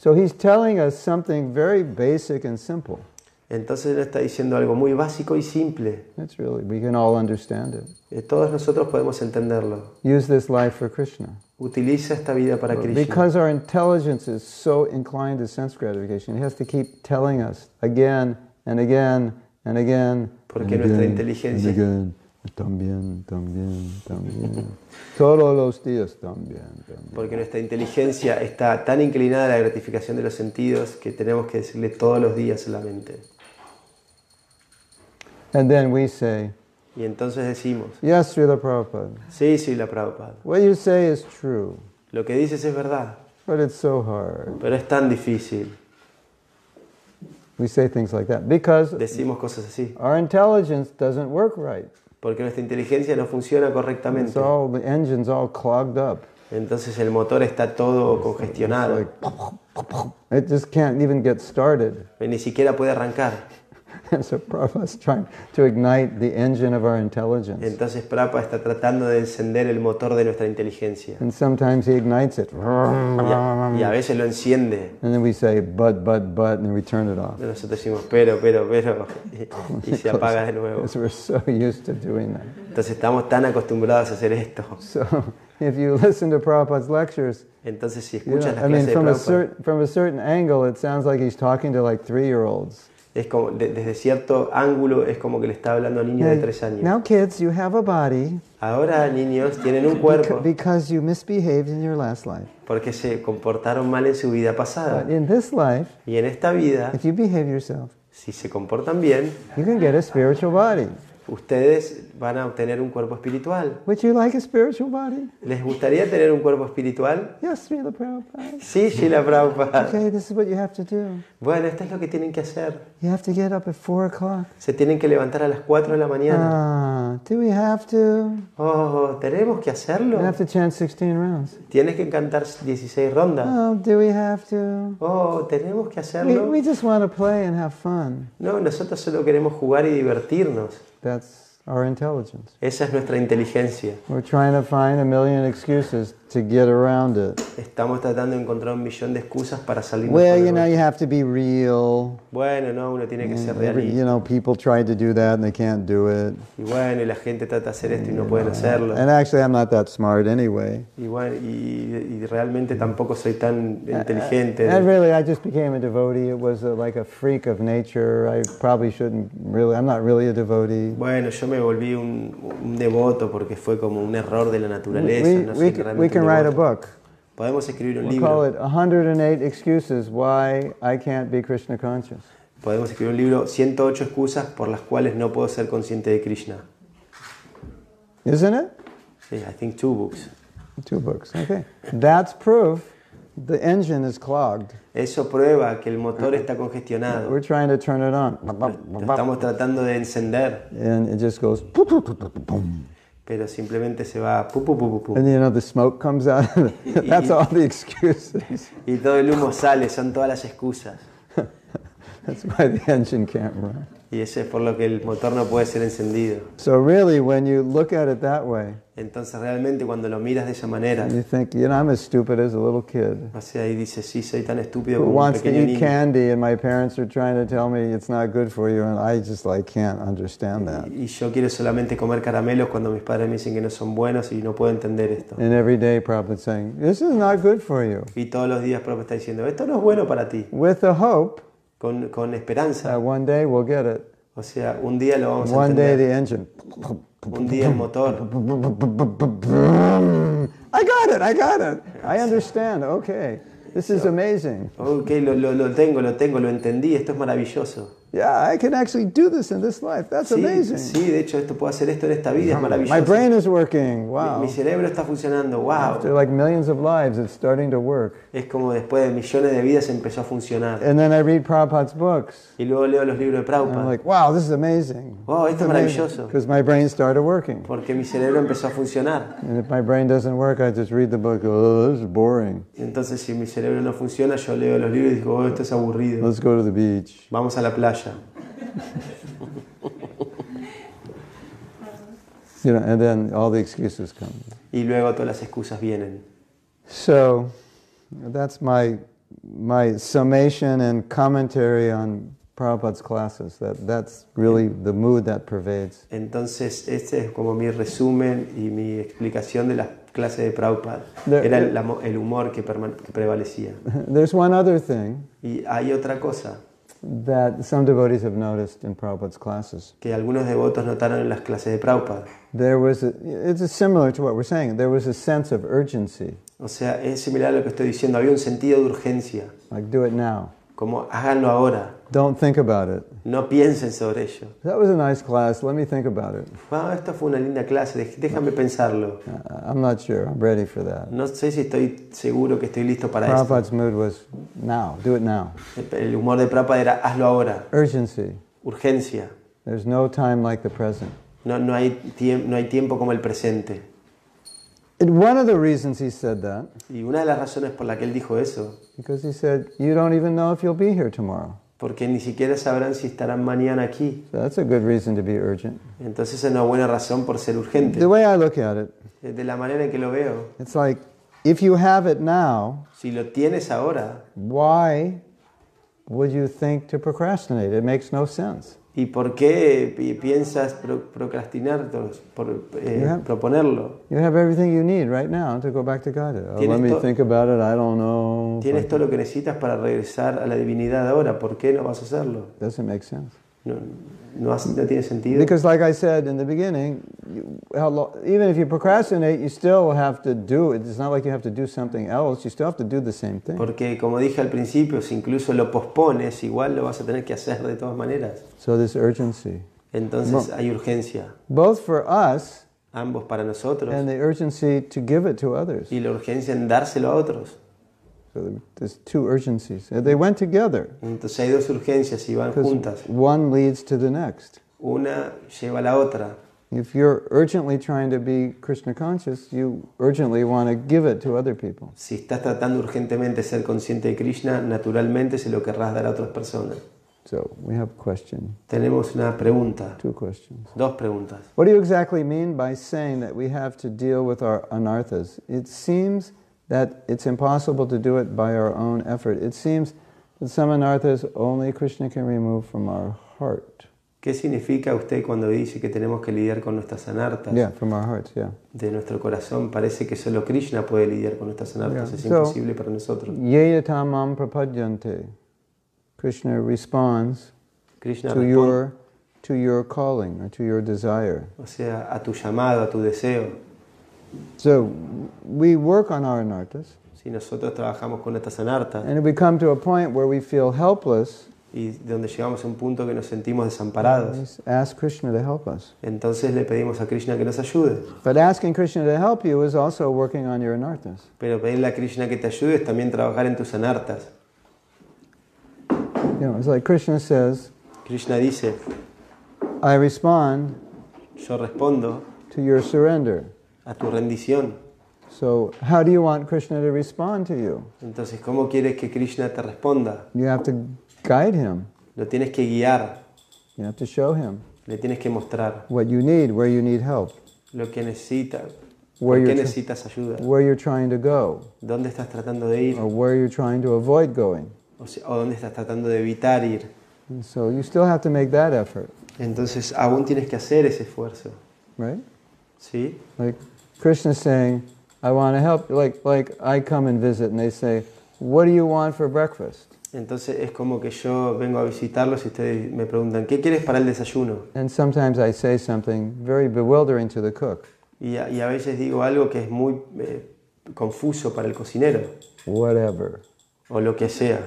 So he's telling us something very basic and simple. Entonces él está diciendo algo muy básico y simple. It's really, we can all understand it. Eh, Todos nosotros podemos entenderlo. Use this life for Krishna. Utiliza esta vida para Krishna. Because our intelligence is so inclined to sense gratification, it has to keep telling us again and again and again. Porque and nuestra again, inteligencia- And again. También, también, también. Todos los días también, también. Porque nuestra inteligencia está tan inclinada a la gratificación de los sentidos que tenemos que decirle todos los días a la mente. And then we say, Y entonces decimos, Yes, Srila Prabhupada, sí, sí, la Prabhupada, what you say is true, lo que dices es verdad, but it's so hard. pero es tan difícil. We say things like that because Decimos cosas así, our intelligence doesn't work right. porque nuestra inteligencia no funciona It's correctamente. all, the engine's all clogged up. Entonces el motor está todo congestionado, It just can't even get started. *laughs* ni siquiera puede arrancar. And so Prabhupada's trying to ignite the engine of our intelligence. Entonces Prapa está tratando de encender el motor de nuestra inteligencia. And sometimes he ignites it. Y a, y a And veces lo enciende. then we say, but, but, but, and then we turn it off. Y Nosotros decimos, pero, pero, pero, *laughs* y, y se apaga de *laughs* nuevo. Because we're so used to doing that. Entonces estamos tan acostumbrados a hacer esto. So *laughs* if you listen to Prabhupada's lectures, Entonces si you know, escuchas las I clases mean, de from a, Prabhupada, cer- from a certain angle, it sounds like he's talking to like three year olds. es como, de- desde cierto ángulo es como que le está hablando a niños de tres años. Now, kids, you have a body Ahora niños tienen *laughs* un beca- cuerpo because you misbehaved in your last life. porque se comportaron mal en su vida But pasada. in this life, Y en esta vida, if you behave yourself, si se comportan bien, you can get a spiritual body. ustedes van a obtener un cuerpo espiritual. Would you like a spiritual body? ¿Les gustaría tener un cuerpo espiritual? Yes, Srila Prabhupada. Sí, Sheila Prabhupada. Okay, this is what you have to do. Bueno, esto es lo que tienen que hacer. You have to get up at 4 o'clock. Se tienen que levantar a las 4 de la mañana. Ah, do we have to? Oh, ¿tenemos que You hacerlo? have to chant 16 rounds. Tienes que cantar 16 rondas. Oh, do we have to? Oh, ¿tenemos que We, hacerlo? we just want to play and have fun. No, nosotros solo queremos jugar y divertirnos. That's our intelligence. Esa es nuestra inteligencia. We're trying to find a million excuses to get around it. Estamos tratando de encontrar un millón de excusas para salir Well, you know, you have to be real. Bueno, no, uno tiene que ser Every- realista. you know, people tried to do that and they can't do it. Y bueno, y la gente trata de hacer esto y no eh. pueden hacerlo. And actually, I'm not that smart anyway. Y bueno, y, y realmente tampoco soy tan inteligente. And really, I just became a devotee. It was uh like a freak of nature. I probably shouldn't really. I'm not really a devotee. Bueno, yo me volví un, un devoto porque fue como un error de la We, naturaleza. we, no we soy can, we realmente can un write a devoto. book. Podemos escribir un We'll call libro. it 108 Excuses Why I Can't Be Krishna Conscious. Podemos escribir un libro, 108 excusas por las cuales no puedo ser consciente de Krishna. Isn't it? Sí, I think two books. Two books. Okay. That's proof the engine is clogged. Eso prueba que el motor está congestionado. We're trying to turn it Lo on. estamos tratando de encender, And it just goes. boom. pero simplemente se va pu, pu, pu, pu, pu. And you know, the smoke comes out. of it. *laughs* That's all the excuses. Y todo el humo sale, son todas las excusas. That's why the *laughs* engine can't run. Y eso es por lo que el motor no puede ser encendido. So really, when you look at it that way, Entonces realmente cuando lo miras de esa manera, you think, you know, I'm as stupid as a little kid o sea, y dices, sí, soy tan estúpido who como un wants to pequeño eat niño. candy, and my parents are trying to tell me it's not good for you, and I just like can't understand that. Y yo quiero solamente comer caramelos cuando mis padres me dicen que no son buenos y no puedo entender esto. And every day, Prabhupada's saying, this is not good for you, Y todos los días Prabhupada está diciendo, esto no es bueno para ti, with the hope con, con esperanza. that one day we'll get it. O sea, un día lo vamos a One day entender. the engine. Un día el motor. I got it. I got it. I understand. Okay, this is amazing. Ok, Oh, lo, lo- lo tengo, lo tengo, lo entendí, esto es maravilloso. Yeah, I can actually do this in this life. That's Sí, amazing. sí, de hecho, esto puedo hacer esto en esta vida, es My maravilloso. brain is working. Mi, mi Wow. cerebro está funcionando, After wow. like millions of lives, it's starting to work. Es como después de millones de vidas empezó a funcionar. And then I read Prabhupada's books. Y luego leo los libros de And I'm Prabhupada, like, wow, this is amazing. Wow, esto es maravilloso. Because my brain started working. porque mi cerebro empezó a funcionar. And if my brain doesn't work, I just read the book. Oh, this is boring. Entonces, si mi cerebro no funciona, yo leo los libros y digo, oh, esto es aburrido. Let's go to the beach. Vamos a la playa. You know, and then all the excuses come. Y luego todas las excusas vienen. So that's my my summation and commentary on Prabhupada's classes. That, that's really the mood that pervades. Entonces, este es como mi resumen y mi explicación de las clases de Prabhupada. De- Era el, la mo- el humor que, perman- que prevalecía. *laughs* There's one other thing Y hay otra cosa that some devotees have noticed in Prabhupada's classes. que algunos devotos notaron en las clases de Prabhupada. There was a, it's a similar to what we're saying. There was a sense of urgency, O sea, es similar a lo que estoy diciendo. Había un sentido de urgencia, like do it now. como háganlo ahora, Don't think about it. no piensen sobre ello. That was a nice class. Let me think about it. Wow, esta fue una linda clase, dej- déjame pensarlo. I- Uh, I'm not sure. I'm ready for that. No sé si estoy seguro que estoy listo para esto. Prabhupada's mood was now. Do it now. El humor de Prabhupada era hazlo ahora, Urgency. urgencia. There's no time like the present. No, no, hay, tiemp- no hay tiempo como el presente. And one of the reasons he said that, Y una de las razones por la que él dijo eso, because he said, You don't even know if you'll be here tomorrow. porque ni siquiera sabrán si estarán mañana aquí. So that's a good reason to be urgent. Entonces es una buena razón por ser urgente. Eh, The way I look at it, De la manera en que lo veo, it's like if you have it now, si lo tienes ahora, why would you think to procrastinate? It makes no sense. ¿Y por qué pi- piensas pro- procrastinar, tos- por, eh, Ya. proponerlo? You have everything you need right now to go back to God. Oh, let Tienes me to- think about it. I don't know. Tienes todo lo que necesitas para regresar a la divinidad ahora, ¿por qué no vas a hacerlo? Doesn't make sense. No, no, hace- no tiene sentido. Because, like I said in the beginning, you, how lo- even if you procrastinate, you still have to do it. It's not like you have to do something else. You still have to do the same thing. Porque como dije al principio, si incluso lo pospones, igual lo vas a tener que hacer de todas maneras. So this urgency, Entonces hay urgencia, both for us ambos para nosotros, and the urgency to give it to others. y la urgencia en dárselo a otros. So there's two urgencies. And They went together Entonces hay dos urgencias y van juntas. because one leads to the next. Una lleva a la otra. If you're urgently trying to be Krishna conscious, you urgently want to give it to other people. Si estás tratando urgentemente de ser consciente de Krishna, naturalmente se lo querrás dar a otras personas. So we have a question, Tenemos una pregunta, two questions. dos preguntas. What do you exactly mean by saying that we have to deal with our anarthas? It seems that it's impossible to do it by our own effort. It seems that some anarthas only Krishna can remove from our heart. ¿Qué significa usted cuando dice que tenemos que lidiar con nuestras anartas Yeah, from our hearts, yeah. de nuestro corazón? Parece que solo Krishna puede lidiar con nuestras anartas, Yeah. es So- imposible para nosotros. Yeyatamam prapadyante. Krishna responds Krishna to responde, your, to your calling or to your desire. o sea, a tu llamado, a tu deseo. So we work on our anarthas, Si nosotros trabajamos con nuestras anartas and we come to a point where we feel helpless, y donde llegamos a un punto que nos sentimos we desamparados, ask Krishna to help us. entonces le pedimos a Krishna que nos ayude. But asking Krishna to help you is also working on your anarthas. Pero pedirle a Krishna que te ayude es también trabajar en tus anartas. You know, it's like Krishna says, Krishna dice, I respond yo respondo to your surrender. a tu rendición. So how do you want Krishna to respond to you? Entonces, ¿cómo quieres que Krishna te responda? You have to guide him. Lo tienes que guiar, You have to show him le tienes que mostrar what you need, where you need help, lo que necesitas, por Where qué you're- necesitas ayuda, where you're trying to go, dónde estás tratando de ir or where you're trying to avoid going. o, sea, o dónde estás tratando de evitar ir. And so you still have to make that effort, Entonces, aún tienes que hacer ese esfuerzo, right? ¿sí? Like Krishna's saying, I want to help. Like, like I come and visit and they say, what do you want for breakfast? Entonces, es como que yo vengo a visitarlos y ustedes me preguntan, ¿qué quieres para el desayuno? And sometimes I say something very bewildering to the cook. Y a, y a veces digo algo que es muy eh, confuso para el cocinero, Whatever. o lo que sea.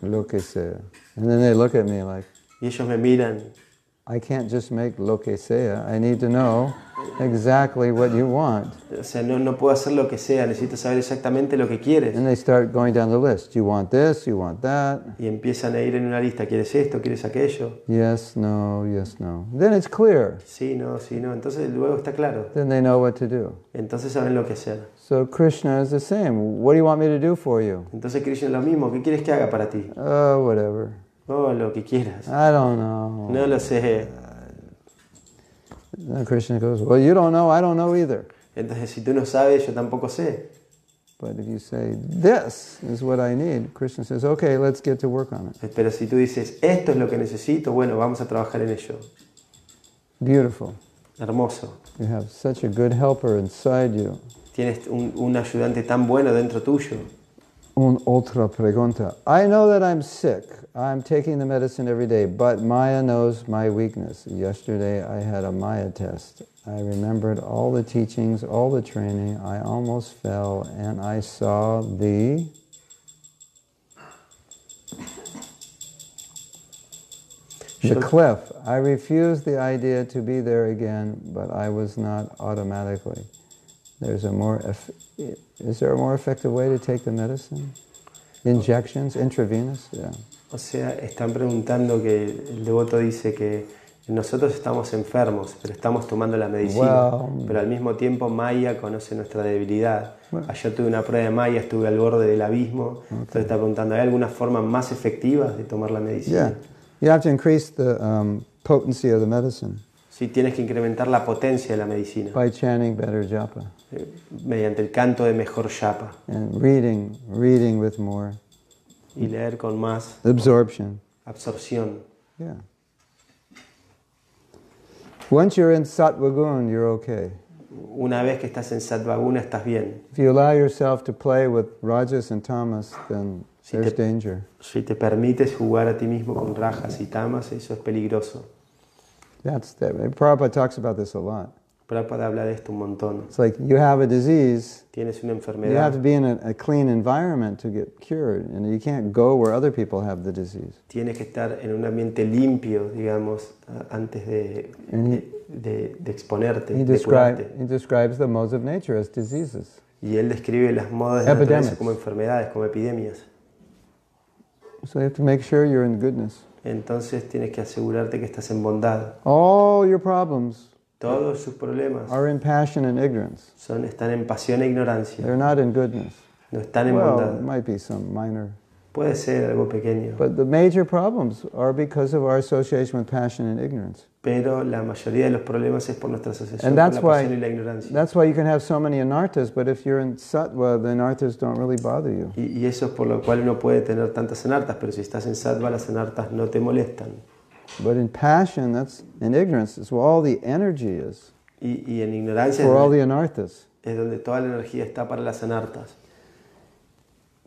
Lo que sea. And then they look at me like, Y ellos me miran, I can't just make lo que sea. I need to know exactly what you want. o sea, no, no puedo hacer lo que sea, necesito saber exactamente lo que quieres. And they start going down the list. You want this, you want that. Y empiezan a ir en una lista, ¿quieres esto? ¿Quieres aquello? Yes, no, yes, no. Then it's clear. Sí, no, sí, no. Entonces luego está claro. Then they know what to do. Entonces saben lo que hacer. So Krishna is the same. What do you want me to do for you? Entonces Krishna es lo mismo, ¿qué quieres que haga para ti? Oh, whatever. Oh, lo que quieras. I don't know. No lo sé. Then Krishna goes, Well, you don't know, I don't know either. Entonces si tú no sabes, yo tampoco sé. But if you say, this is what I need, Krishna says, okay, let's get to work on it. Pero si tú dices, esto es lo que necesito, bueno, vamos a trabajar en ello. Beautiful. Hermoso. You have such a good helper inside you. Tienes un, un ayudante tan bueno dentro tuyo. Un otra pregunta. I know that I'm sick. I'm taking the medicine every day, but Maya knows my weakness. Yesterday I had a Maya test. I remembered all the teachings, all the training. I almost fell and I saw the. The Sure. cliff. I refused the idea to be there again, but I was not automatically. There's a more, eff- is there a more effective way to take the medicine? Injections, intravenous? Yeah. O sea, están preguntando que el devoto dice que nosotros estamos enfermos, pero estamos tomando la medicina. Wow. Pero al mismo tiempo Maya conoce nuestra debilidad. Ayer tuve una prueba de Maya, estuve al borde del abismo. Entonces está preguntando, ¿hay alguna forma más efectiva de tomar la Yeah. medicina? You have to increase the um, potency of the medicine Si tienes que incrementar la potencia de la medicina by chanting better japa eh, mediante el canto de mejor yapa and reading, reading with more y leer con más absorption. absorción. Yeah. Once you're in sattva gun, you're okay. Una vez que estás en Satvaguna estás bien. If you allow yourself to play with rajas and tamas, then Si there's te- danger. Si te permites jugar a ti mismo con rajas y tamas, eso es peligroso. That's that. Prabhupada talks about this a lot. Prabhupada habla de esto un montón. It's like you have a disease, Tienes una you have to enfermedad, be in a, a clean environment to get cured, and you can't go where other people have the disease. tienes que estar en un ambiente limpio, digamos, a- antes de, de, de exponerte, He, de curarte. describe, he describes the modes of nature as diseases. Y él describe las modas de la Epidemics. naturaleza como enfermedades, como epidemias. So you have to make sure you're in goodness. Entonces tienes que asegurarte que estás en bondad. All your problems Todos sus problemas are in passion and ignorance. son, están en pasión e ignorancia, They're not in goodness. no están en Well, it bondad. might be some minor. Puede ser algo pequeño, But the major problems are because of our association with passion and ignorance. pero la mayoría de los problemas es por nuestra asociación And con that's la why, pasión y la ignorancia. that's why you can have so many anarthas, but if you're in sattva, the anarthas don't really bother you. Y, y eso es por lo cual uno puede tener tantas enartas, pero si estás en sattva, las enartas no te molestan. But in passion, that's in ignorance, is where all the energy is Y, y en ignorancia es for all the donde, anarthas. es donde toda la energía está para las enartas.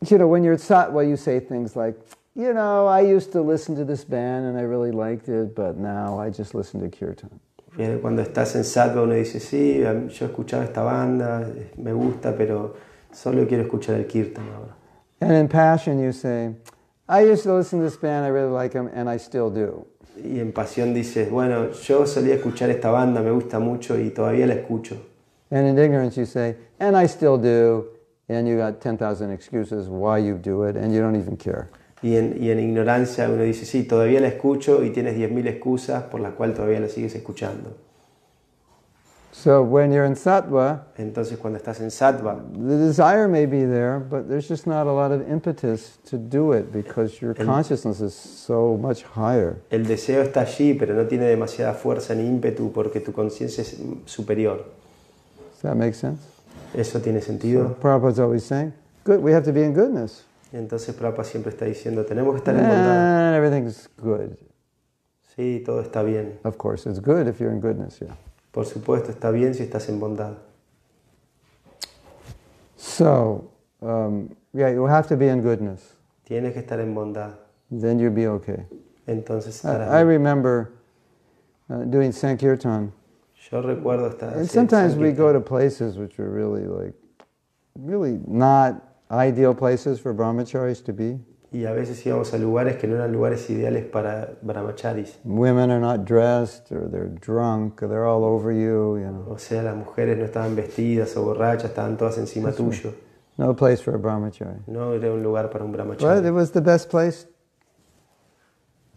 You know, when you're at sattva, you say things like, you know, I used to listen to this band and I really liked it, but now I just listen to kirtan. Pero Cuando estás en sattva, uno dice, sí, a mí- yo escuchaba esta banda, eh, me gusta, pero solo quiero escuchar el kirtan ahora. And in passion, you say, I used to listen to this band, I really like them, and I still do. Y en pasión dices, bueno, yo solía escuchar esta banda, me gusta mucho y todavía la escucho. And in ignorance, you say, and I still do, and you got 10,000 excuses why you do it, and you don't even care. Y en, y en ignorancia uno dice, sí, todavía la escucho y tienes 10.000 excusas por las cuales todavía la sigues escuchando. So when you're in sattva, Entonces cuando estás en sattva, the desire may be there, but there's just not a lot of impetus to do it because your consciousness is so much higher. el deseo está allí, pero no tiene demasiada fuerza ni ímpetu porque tu conciencia es superior. Does that make sense? ¿Eso tiene sentido? Prabhupada's always saying, good, we have to be in goodness. Entonces Prabhupada siempre está diciendo, tenemos que estar en bondad. And everything's good. Sí, todo está bien. Of course, it's good if you're in goodness, yeah. Por supuesto, está bien si estás en bondad. So, um, yeah, you have to be in goodness. Tienes que estar en bondad. Then you'll be okay. Entonces I, estarás I bien. remember uh, doing Sankirtan. Yo recuerdo estar And así, sometimes we tranquilo. go to places which are really like, really not ideal places for brahmacharis to be. Y a veces íbamos a lugares que no eran lugares ideales para brahmacharis. Women are not dressed, or they're drunk, or they're all over you. You know, O sea, las mujeres no estaban vestidas o borrachas, estaban todas encima tuyo. no place for a brahmachari. No era un lugar para un But it brahmachari. was the best place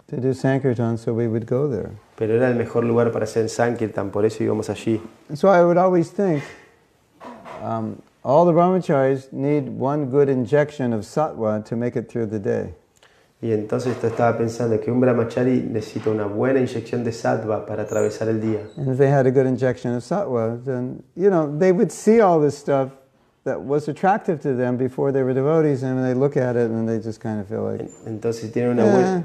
to do sankirtan, so we would go there. Pero era el mejor lugar para hacer sankirtan, por eso íbamos allí. And so I would always think um, all the brahmacharis need one good injection of sattva to make it through the day. Y entonces yo estaba pensando que un brahmachari necesita una buena inyección de sattva para atravesar el día. And if they had a good injection of sattva, then, you know, they would see all this stuff that was attractive to them before they were devotees, and they look at it and they just kind of feel like, En- Entonces, si tiene una eh, buena,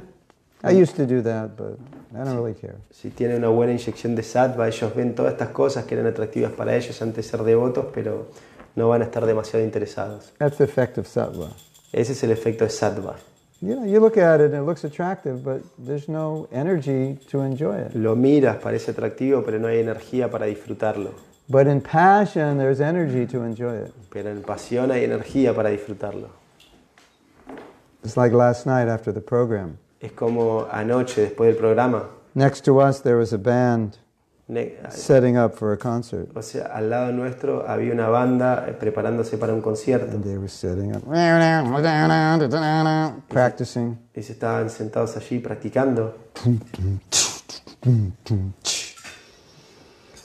I used to do that, but I don't really care. si tiene una buena inyección de sattva, ellos ven todas estas cosas que eran atractivas para ellos antes de ser devotos, pero no van a estar demasiado interesados. That's the effect of sattva. Ese es el efecto de sattva. You know, you look at it and it looks attractive, but there's no energy to enjoy it. Lo miras, parece atractivo, pero no hay energía para disfrutarlo. But in passion, there's energy to enjoy it. Pero en pasión hay energía para disfrutarlo. It's like last night after the program. Es como anoche, después del programa, Next to us, there was a band ne- setting up for a concert. o sea, al lado nuestro había una banda eh, preparándose para un concierto And they were setting up, practicing. y se estaban sentados allí practicando.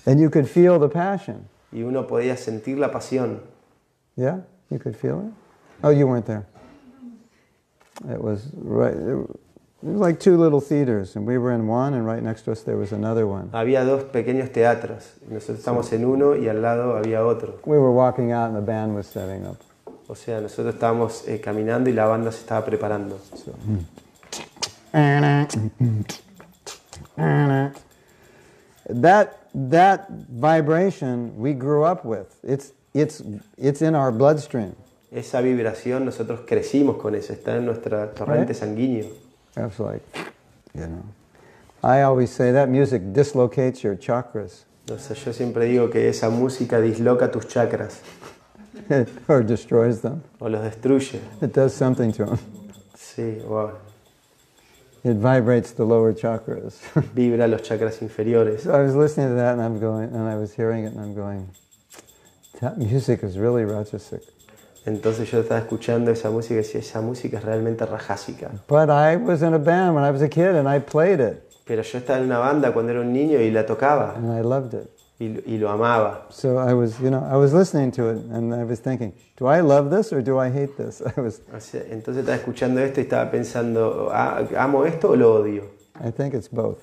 And you could feel the passion. y uno podía sentir la pasión. Yeah? You could feel it? Oh, you weren't there. It was right, it was like two little theaters, and we were in one, and right next to us, there was another one. Había dos pequeños teatros, nosotros estamos en uno y al lado había otro. We were walking out, and the band was setting up. O sea, nosotros estábamos eh, caminando y la banda se estaba preparando. That that vibration we grew up with. It's it's it's in our bloodstream. Esa vibración nosotros crecimos con eso, está en nuestro torrente ¿Eh? sanguíneo. That's like, you know. I always say that music dislocates your chakras *laughs* O sea, yo siempre digo que esa música disloca tus chakras or destroys them. o los destruye. It does something to them. Sí, o It vibrates the lower chakras. *laughs* vibra los chakras inferiores. so I was listening to that and I'm going, and I was hearing it and I'm going, that music is really rajasic. Entonces yo estaba escuchando esa música y decía, esa música es realmente rajásica. But I was in a band when I was a kid and I played it Pero yo estaba en una banda cuando era un niño y la tocaba. and I loved it. y, lo- y lo amaba. So I was, you know, I was listening to it and I was thinking, do I love this or do I hate this? *laughs* I was, O sea, entonces estaba escuchando esto y estaba pensando, "Ah, ¿amo esto o lo odio? I think it's both.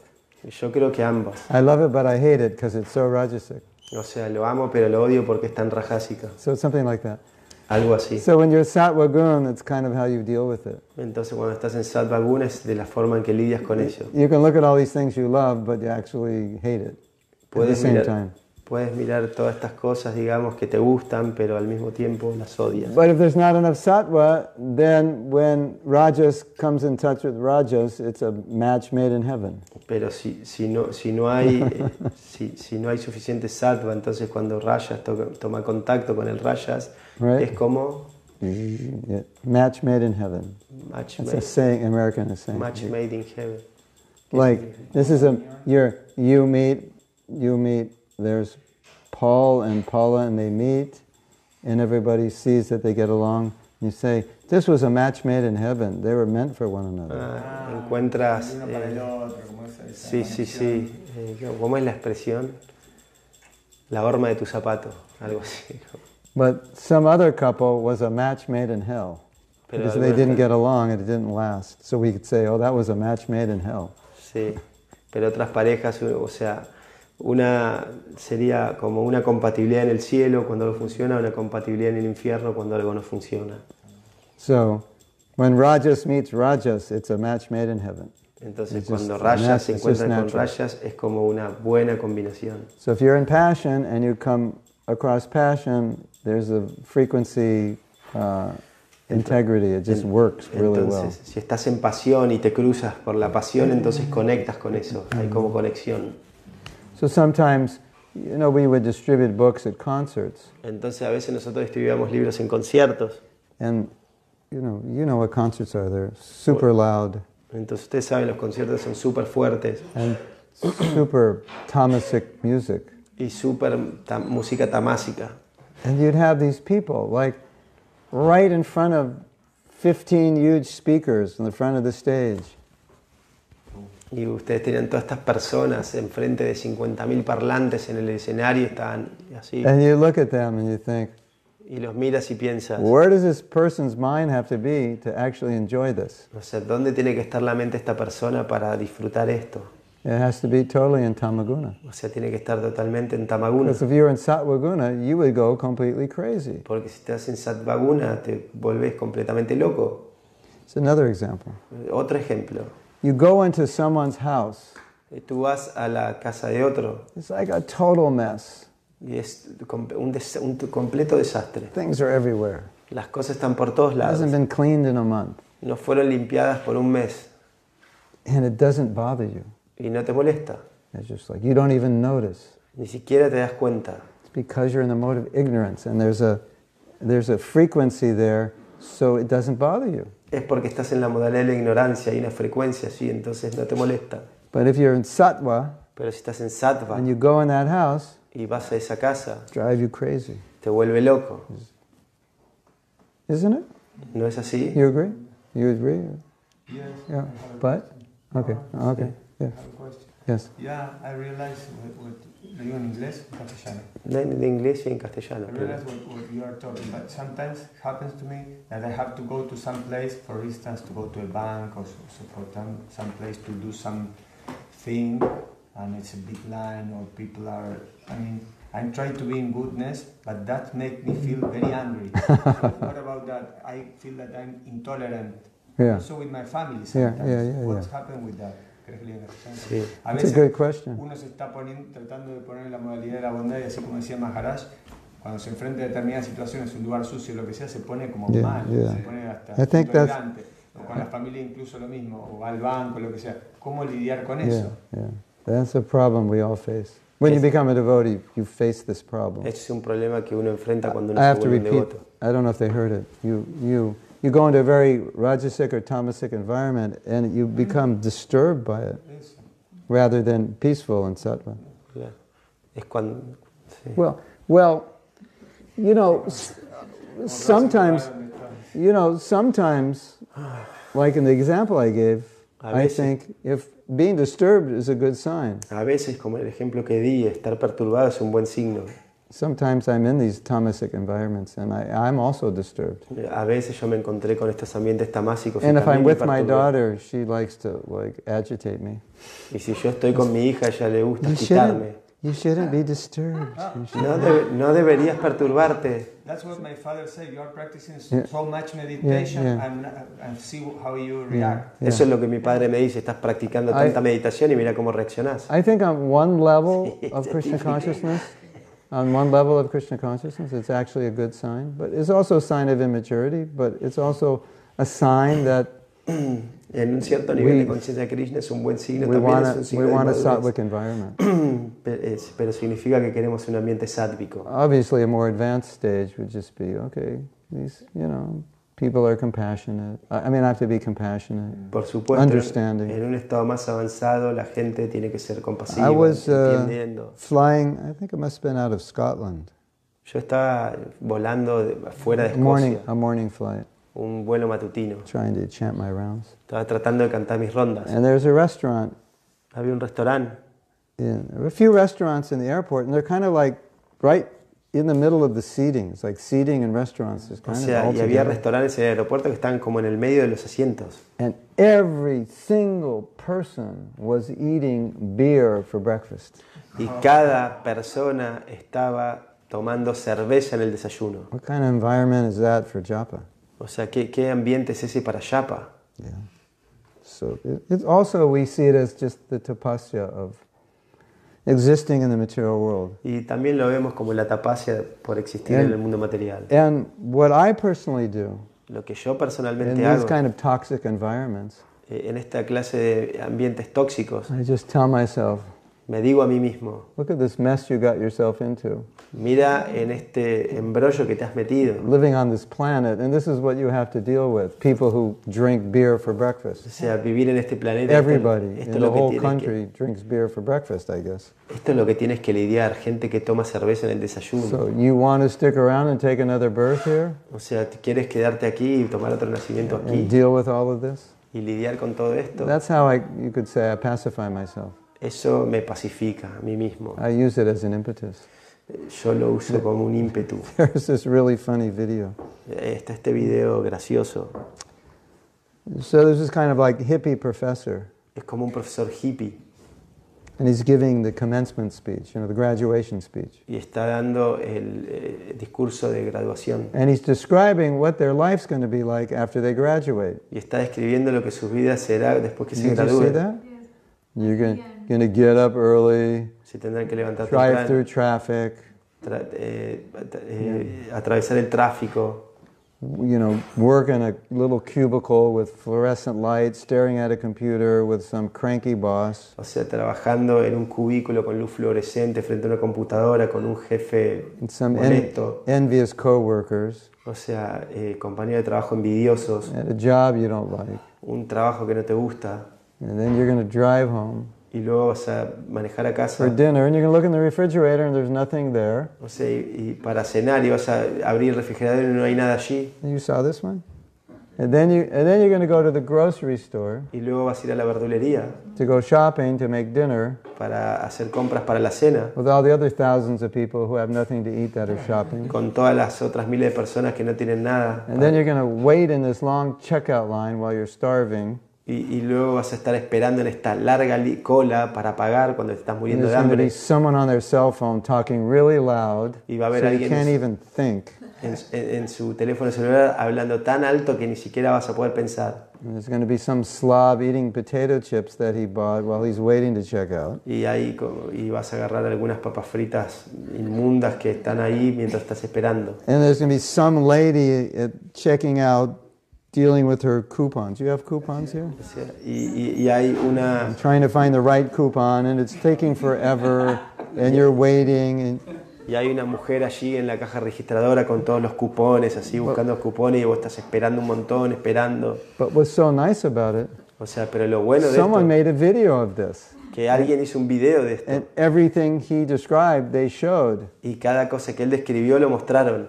Y Yo creo que ambas. I love it, but I hate it because it's so rajasic. O sea, lo amo pero lo odio porque es tan rajásica. So it's something like that. Algo así. So when you're sattva gun, that's kind of how you deal with it. Entonces cuando estás en Satvaguna es de la forma en que lidias con ello. You can look at all these things you love, but you actually hate it at the Puedes same mirar, time. puedes mirar todas estas cosas, digamos, que te gustan, pero al mismo tiempo las odias. But if there's not enough sattva, then when rajas comes in touch with rajas, it's a match made in heaven. Pero si, si, no, si, no, hay, eh, si, si no hay suficiente sattva, entonces cuando Rayas toca- toma contacto con el Rayas, Right. es como Yeah, Match made in heaven. match That's made. a saying American is saying. Match made in heaven. Like this is a you're you meet you meet there's Paul and Paula and they meet and everybody sees that they get along. You say, This was a match made in heaven. They were meant for one another. Ah, encuentras. uno para eh, el otro, como esa, esa sí, sí, sí. eh, ¿Cómo es la expresión? La horma de tu zapato, algo así. ¿no? But some other couple was a match made in hell. Pero Because they algunos didn't tan- get along and it didn't last. So we could say, Oh, that was a match made in hell. Sí. Pero otras parejas, o sea, una sería como una compatibilidad en el cielo cuando algo funciona, una compatibilidad en el infierno cuando algo no funciona. So when Rajas meets Rajas, it's a match made in heaven. Entonces, It's just cuando rayas se nat- encuentran it's just con natural. rayas, es como una buena combinación. So if you're in passion and you come across passion, there's a frequency uh, integrity. It just works really well. Entonces, si estás en pasión y te cruzas por la pasión, entonces conectas con eso, hay como conexión. So sometimes, you know, we would distribute books at concerts, Entonces a veces nosotros distribuíamos libros en conciertos. and you know, you know what concerts are. They're super loud Entonces ustedes saben, los conciertos son súper fuertes and super tamasic music, y súper ta- música tamásica. and you'd have these people like right in front of 15 huge speakers in the front of the stage. Y ustedes tenían todas estas personas enfrente de 50.000 parlantes en el escenario, estaban así. And you look at them and you think, Y los miras y piensas, Where does this person's mind have to be to actually enjoy this? o sea, ¿dónde tiene que estar la mente de esta persona para disfrutar esto? It has to be totally in tamaguna. O sea, tiene que estar totalmente en tamaguna. Because if you were in sattva guna, you would go completely crazy. Porque si estás en sattvaguna te volvés completamente loco. It's another example. Eh, Otro ejemplo. You go into someone's house, Eh, Tú vas a la casa de otro it's like a total mess. y es com- un, des- un t- completo desastre. Things are everywhere. Las cosas están por todos It lados. hasn't been cleaned in a month, No fueron limpiadas por un mes and it doesn't bother you. y no te molesta. It's just like you don't even notice. Ni siquiera te das cuenta. It's because you're in the mode of ignorance, and there's a there's a frequency there, so it doesn't bother you. Es porque estás en la modalidad de la ignorancia, hay una frecuencia, sí, entonces no te molesta. But if you're in sattva Pero si estás en sattva and you go in that house, y vas a esa casa, it drive you crazy, te vuelve loco. isn't it? ¿No es así? You agree? You agree? Yes. Yeah. I have a But question. okay, okay, yeah, I have a question. yes. Yeah, I realize what, what do you in English, castellano. No en inglés y en I castellano. pero- realize what, what you are talking, but sometimes happens to me that I have to go to some place, for instance, to go to a bank or so, so for some, some place to do some thing, and it's a big line or people are. I mean, I'm trying to be in goodness, but that makes me feel very *laughs* angry. So what about that? I feel that I'm intolerant. Yeah, So with my family Yeah, yeah, sometimes. yeah, What's yeah. happened with that? ¿Crees que le hagas Sí. A that's a veces good question. uno se está poniendo, tratando de poner en la modalidad de la bondad y así como decía Maharaj, cuando se enfrenta a determinadas situaciones, un lugar sucio, lo que sea, se pone como Yeah, mal, yeah. se pone hasta I think that's- intolerante. O con la familia incluso lo mismo, o al banco, lo que sea. ¿Cómo lidiar con Yeah, eso? yeah, that's a problem we all face. When you Yes. become a devotee, you face this problem. Ese es un problema que uno enfrenta cuando uno Ah, I se have to vuelve un repeat. devoto. I don't know if they heard it. You, you, you go into a very rajasic or tamasic environment, and you become disturbed by it Eso. rather than peaceful and sattva. Claro. Es cuando... sí. Well, well, you know, s- Como que vas a un sometimes, lugar donde estás- you know, sometimes, like in the example I gave, A I veces. think if being disturbed is a good sign. A veces, como el ejemplo que di, estar perturbado es un buen signo. Sometimes I'm in these tamasic environments, and I, I'm also disturbed. A veces yo me encontré con estos ambientes tamásicos. y And if también I'm me with my perturbé. daughter, she likes to like agitate me. Y si yo estoy con mi hija, a ella le gusta You quitarme. shouldn't, you shouldn't be disturbed. Ah. You should- No, debe- no deberías perturbarte. That's what my father said. You are practicing s- Yeah. so much meditation yeah. and, uh, and see how you Yeah, react. yeah. Eso es lo que mi padre me dice. Estás practicando I- tanta meditación y mira cómo reaccionás. I think on one *laughs* level of Krishna consciousness, on one level of Krishna consciousness, it's actually a good sign, but it's also a sign of immaturity, but it's also a sign that En un cierto nivel We- de conciencia de Krishna es un buen signo. we También want es un a, signo we de want a madurez. sattvic environment. *clears throat* Pero, es- pero significa que queremos un ambiente sádvico. Obviously, a more advanced stage would just be okay, these, you know, people are compassionate. I I mean, I have to be compassionate. Por supuesto, en- Understanding. en un estado más avanzado la gente tiene que ser compasiva, I was uh, entendiendo. flying, I think it must have been out of Scotland. Yo estaba volando de- fuera de A Escocia, morning, a morning flight, un vuelo matutino. trying to chant my rounds. Estaba tratando de cantar mis rondas. And there's a restaurant, Había un restaurante, in, a few restaurants in the airport, and they're kind of like right in the middle of the seating. It's like seating and restaurants is o kind of sea, all y había together. restaurantes en el aeropuerto que estaban como en el medio de los asientos. And every single person was eating beer for breakfast. Y cada persona estaba tomando cerveza en el desayuno. What kind of environment is that for japa? O sea, ¿qué, qué ambiente es ese para Yapa? Yeah. So it, it's also we see it as just the tapasya of existing in the material world. Y también lo vemos como la tapacia por existir en el mundo material. And what I personally do Lo que yo in personalmente these hago kind of toxic environments, eh, en esta clase de ambientes tóxicos, I just tell myself, me digo a mí mismo, look at this mess you got yourself into, mira en este embrollo que te has metido. living on this planet, and this is what you have to deal with people who drink beer for O breakfast. sea, vivir en este planeta, esto- Everybody esto, in es the lo que whole tienes que, country drinks beer for breakfast, I guess. esto es lo que tienes que lidiar, gente que toma cerveza en el desayuno. So, you want to stick around and take another birth here O sea, ¿te ¿quieres quedarte aquí y tomar otro nacimiento aquí and deal with all of this? y lidiar con todo esto? That's how I, you could say I pacify myself. Eso me pacifica a mí mismo. I use it as an impetus. *laughs* Yo lo uso como un ímpetu. There's this really funny video. Eh, Está este video gracioso. So there's this kind of like hippie professor Es como un profesor hippie And he's giving the commencement speech, you know, the graduation speech. y está dando el eh, discurso de graduación And he's describing what their life's going to be like after they graduate. y está describiendo lo que su vida será después que se Did you see gradúe. that? You're going to get up early, Se tendrán que levantar drive temprano, through traffic, tra- eh, at- eh, atravesar el tráfico, you know, work in a little cubicle with fluorescent lights, staring at a computer with some cranky boss. o sea, trabajando en un cubículo con luz fluorescente frente a una computadora con un jefe And some en- molesto, envious coworkers o sea, eh, compañeros de trabajo envidiosos, at a job you don't like. un trabajo que no te gusta And then you're going to drive home y luego vas a manejar a for casa. dinner and you're going to look in the refrigerator and there's nothing there. O sea, y, y para cenar y vas a abrir el refrigerador y no hay nada allí. And you saw this one? And then you and then you're going to go to the grocery store Y luego vas a ir a la verdulería to go shopping to make dinner para hacer compras para la cena with all the other thousands of people who have nothing to eat that are shopping. con todas las otras miles de personas que no tienen nada. And then you're going to wait in this long checkout line while you're starving. Y, y luego vas a estar esperando en esta larga li- cola para pagar cuando te estás And muriendo there's de going to be hambre. someone on their cell phone talking really loud Y va a haber so you alguien- can't even think. En, en- en su teléfono celular hablando tan alto que ni siquiera vas a poder pensar. And there's going to be some slob eating potato chips that he bought while he's waiting to check out. Y ahí co- y vas a agarrar algunas papas fritas inmundas que están ahí mientras estás esperando. And there's going to be some lady at checking out dealing with her coupons. You have coupons here? O sea, y, y- y hay una... Trying to find the right coupon and it's taking forever and you're waiting and Y hay una mujer allí en la caja registradora con todos los cupones, así buscando cupones y vos estás esperando un montón, esperando. but what's so nice about it O sea, pero lo bueno de someone esto, made a video of this que alguien hizo un video de esto and everything he described they showed y cada cosa que él describió lo mostraron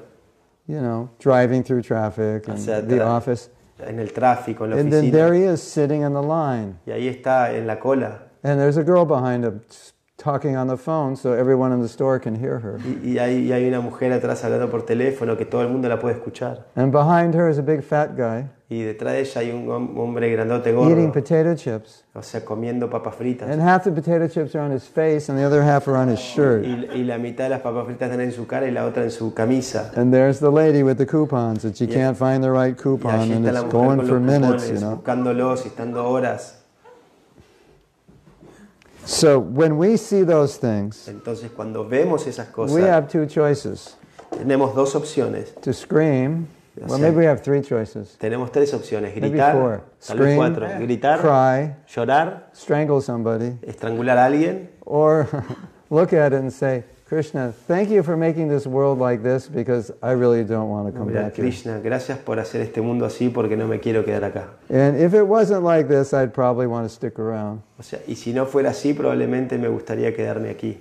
you know driving through traffic and sea, the tra- office en el tráfico, en la and then oficina. there he is sitting in the line Y ahí está en la cola. and there's a girl behind him s- talking on the phone so everyone in the store can hear her Y, y hay, y hay una mujer atrás hablando por teléfono que todo el mundo la puede escuchar. and behind her is a big fat guy Y detrás de ella hay un hom- hombre grandote eating gordo, potato chips o sea, comiendo papas fritas. and half the potato chips are on his face and the other half are on his shirt Y, y la mitad de las papas fritas están en su cara y la otra en su camisa. And there's the lady with the coupons that she Yeah. can't find the right Y coupon allí and está la mujer it's con going los for minutes, you cupones, know. buscándolos y estando horas. So when we see those things, Entonces, cuando vemos esas we cosas, have two choices tenemos dos opciones. to scream. Well, maybe we have three choices. Tenemos tres opciones: Maybe gritar, four. tal vez Scream, cuatro, gritar, cry, llorar, strangle somebody, estrangular a alguien or *laughs* look at it and say, Krishna, thank you for making this world like this because I really don't want to come Mira, back here. Krishna, gracias por hacer este mundo así porque no me quiero quedar acá. And if it wasn't like this, I'd probably want to stick around. O sea, y si no fuera así, probablemente me gustaría quedarme aquí.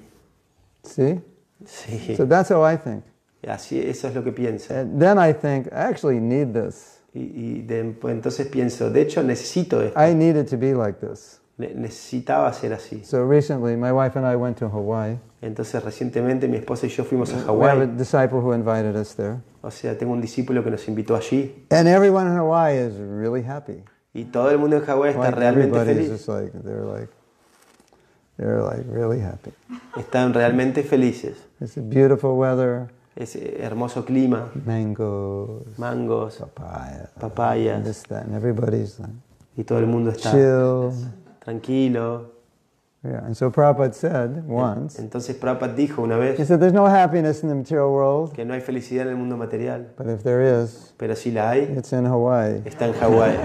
See? Sí, So that's how I think. así, eso es lo que piensa. And then I think, I actually need this. Y, y de- pues, entonces pienso, de hecho necesito esto, I needed to be like this. Ne- necesitaba ser así. So recently, my wife and I went to Hawaii. Entonces recientemente mi esposa y yo fuimos a We have a Hawái. disciple who invited us there. O sea, tengo un discípulo que nos invitó allí. And everyone in Hawaii is really happy. Y todo el mundo en Hawái está Like realmente everybody is feliz. just like, they're like, they're like really happy. Están realmente felices. It's a beautiful weather, Es eh, hermoso clima, mangoes, mangos, papaya, and papayas. this, that, and everybody's like Y todo el mundo está chill. tranquilo. Yeah. And so Prabhupada said once, Entonces Prabhupada dijo una he vez said, there's no happiness in the material world, que no hay felicidad en el mundo material, but if there is, pero si la hay, it's in Hawaii. está en Hawái.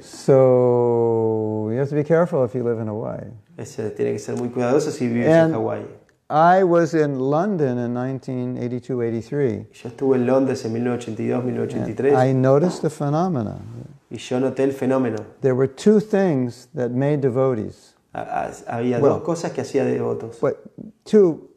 So you have to be careful if you live in Hawaii. Ese tiene que ser muy cuidadoso si vives And- en Hawái. I was in London in 1982 83. Yo estuve en Londres en 1982-1983 I noticed a phenomena. y yo noté el fenómeno. There were two things that made devotees, Ha- ha- Había Bueno. dos cosas que hacía devotos. but two,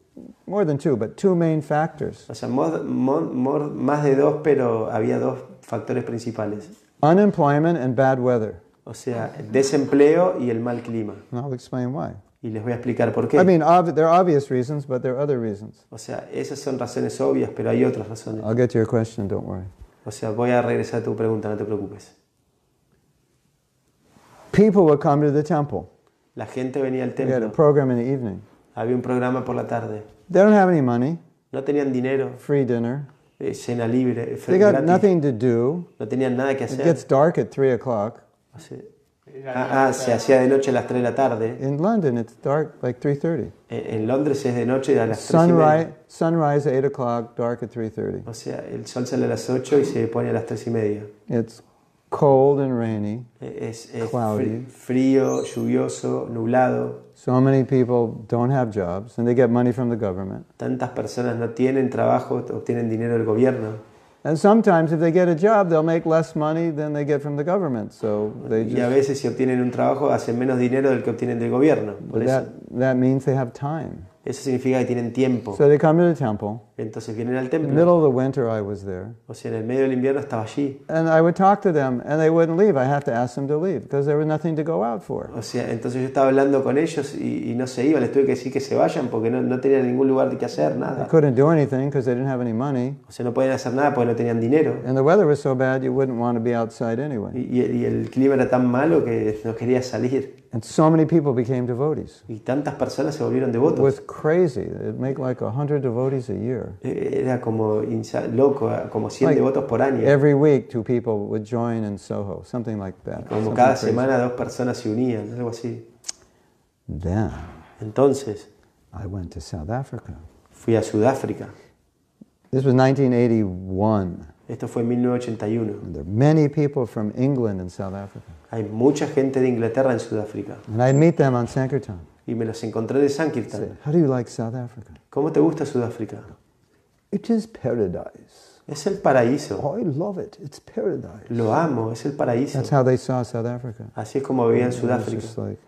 more than two, but two main factors O sea, mod- mod- mod- más de dos, pero había dos factores principales. unemployment and bad weather. O sea, el desempleo y el mal clima. And I'll explain why. Y les voy a explicar por I qué. mean, ob- there are obvious reasons, but there are other reasons. O sea, esas son razones obvias, pero hay otras razones. I'll get to your question, don't worry. O sea, voy a regresar a tu pregunta, no te preocupes. People would come to the temple. La gente venía al We had a templo. program in the evening. Había un programa por la tarde. They don't have any money, No tenían dinero, free dinner. eh, cena libre, eh, They got gratis. nothing to do. No tenían nada que It hacer. gets dark at 3 o'clock. Así- Era- Ah, ah, se hacía de noche a las 3 de la tarde. In London, it's dark like 3.30. En en Londres es de noche a las 3 y Sunrise, media. sunrise at 8 o'clock, dark at 3.30. O sea, el sol sale a las 8 y se pone a las 3 y media. It's cold and rainy. Eh, Es, es fri- Cloudy. frío, lluvioso, nublado. So many people don't have jobs and they get money from the government. Tantas personas no tienen trabajo, obtienen dinero del gobierno. And sometimes if they get a job, they'll make less money than they get from the government. So they Y a just, veces si obtienen un trabajo hacen menos dinero del que obtienen del gobierno. Por eso, that, that means they have time. eso significa que tienen tiempo. So they come to the temple. Entonces vienen al In the templo. middle of the winter, I was there. O sea, en el medio del invierno estaba allí. And I would talk to them and they wouldn't leave. I had to ask them to leave because there was nothing to go out for. O sea, entonces yo estaba hablando con ellos y, y no se iban. Les tuve que decir que se vayan porque no, no tenían ningún lugar que hacer, They nada. couldn't do anything because they didn't have any money. O sea, no podían hacer nada porque no tenían dinero. And the weather was so bad, you wouldn't want to be outside anyway. Y, y- y el clima era tan malo que no quería salir. And so many people became devotees. Y tantas personas se volvieron It devotos. was crazy. It'd make like 100 devotees a year. Eh, Era como insa- loco, eh, como 100 Like, devotos por año. Every week, two people would join in Soho, something like that. Como something cada crazy. semana dos personas se unían, algo así. Then Entonces I went to South Africa. fui a Sudáfrica. This was 1981. Esto fue en 1981. And there are many people from England in South Africa. Hay mucha gente de Inglaterra en Sudáfrica. And I'd meet them on Sankirtan. Y me los encontré de Sankirtan. Say, How do you like South Africa? ¿Cómo te gusta Sudáfrica? It is paradise. Oh, Es el paraíso. I love it. It's paradise. Lo amo, es el paraíso. That's how they saw South Africa. Así es como vivía en It was Sudáfrica. just like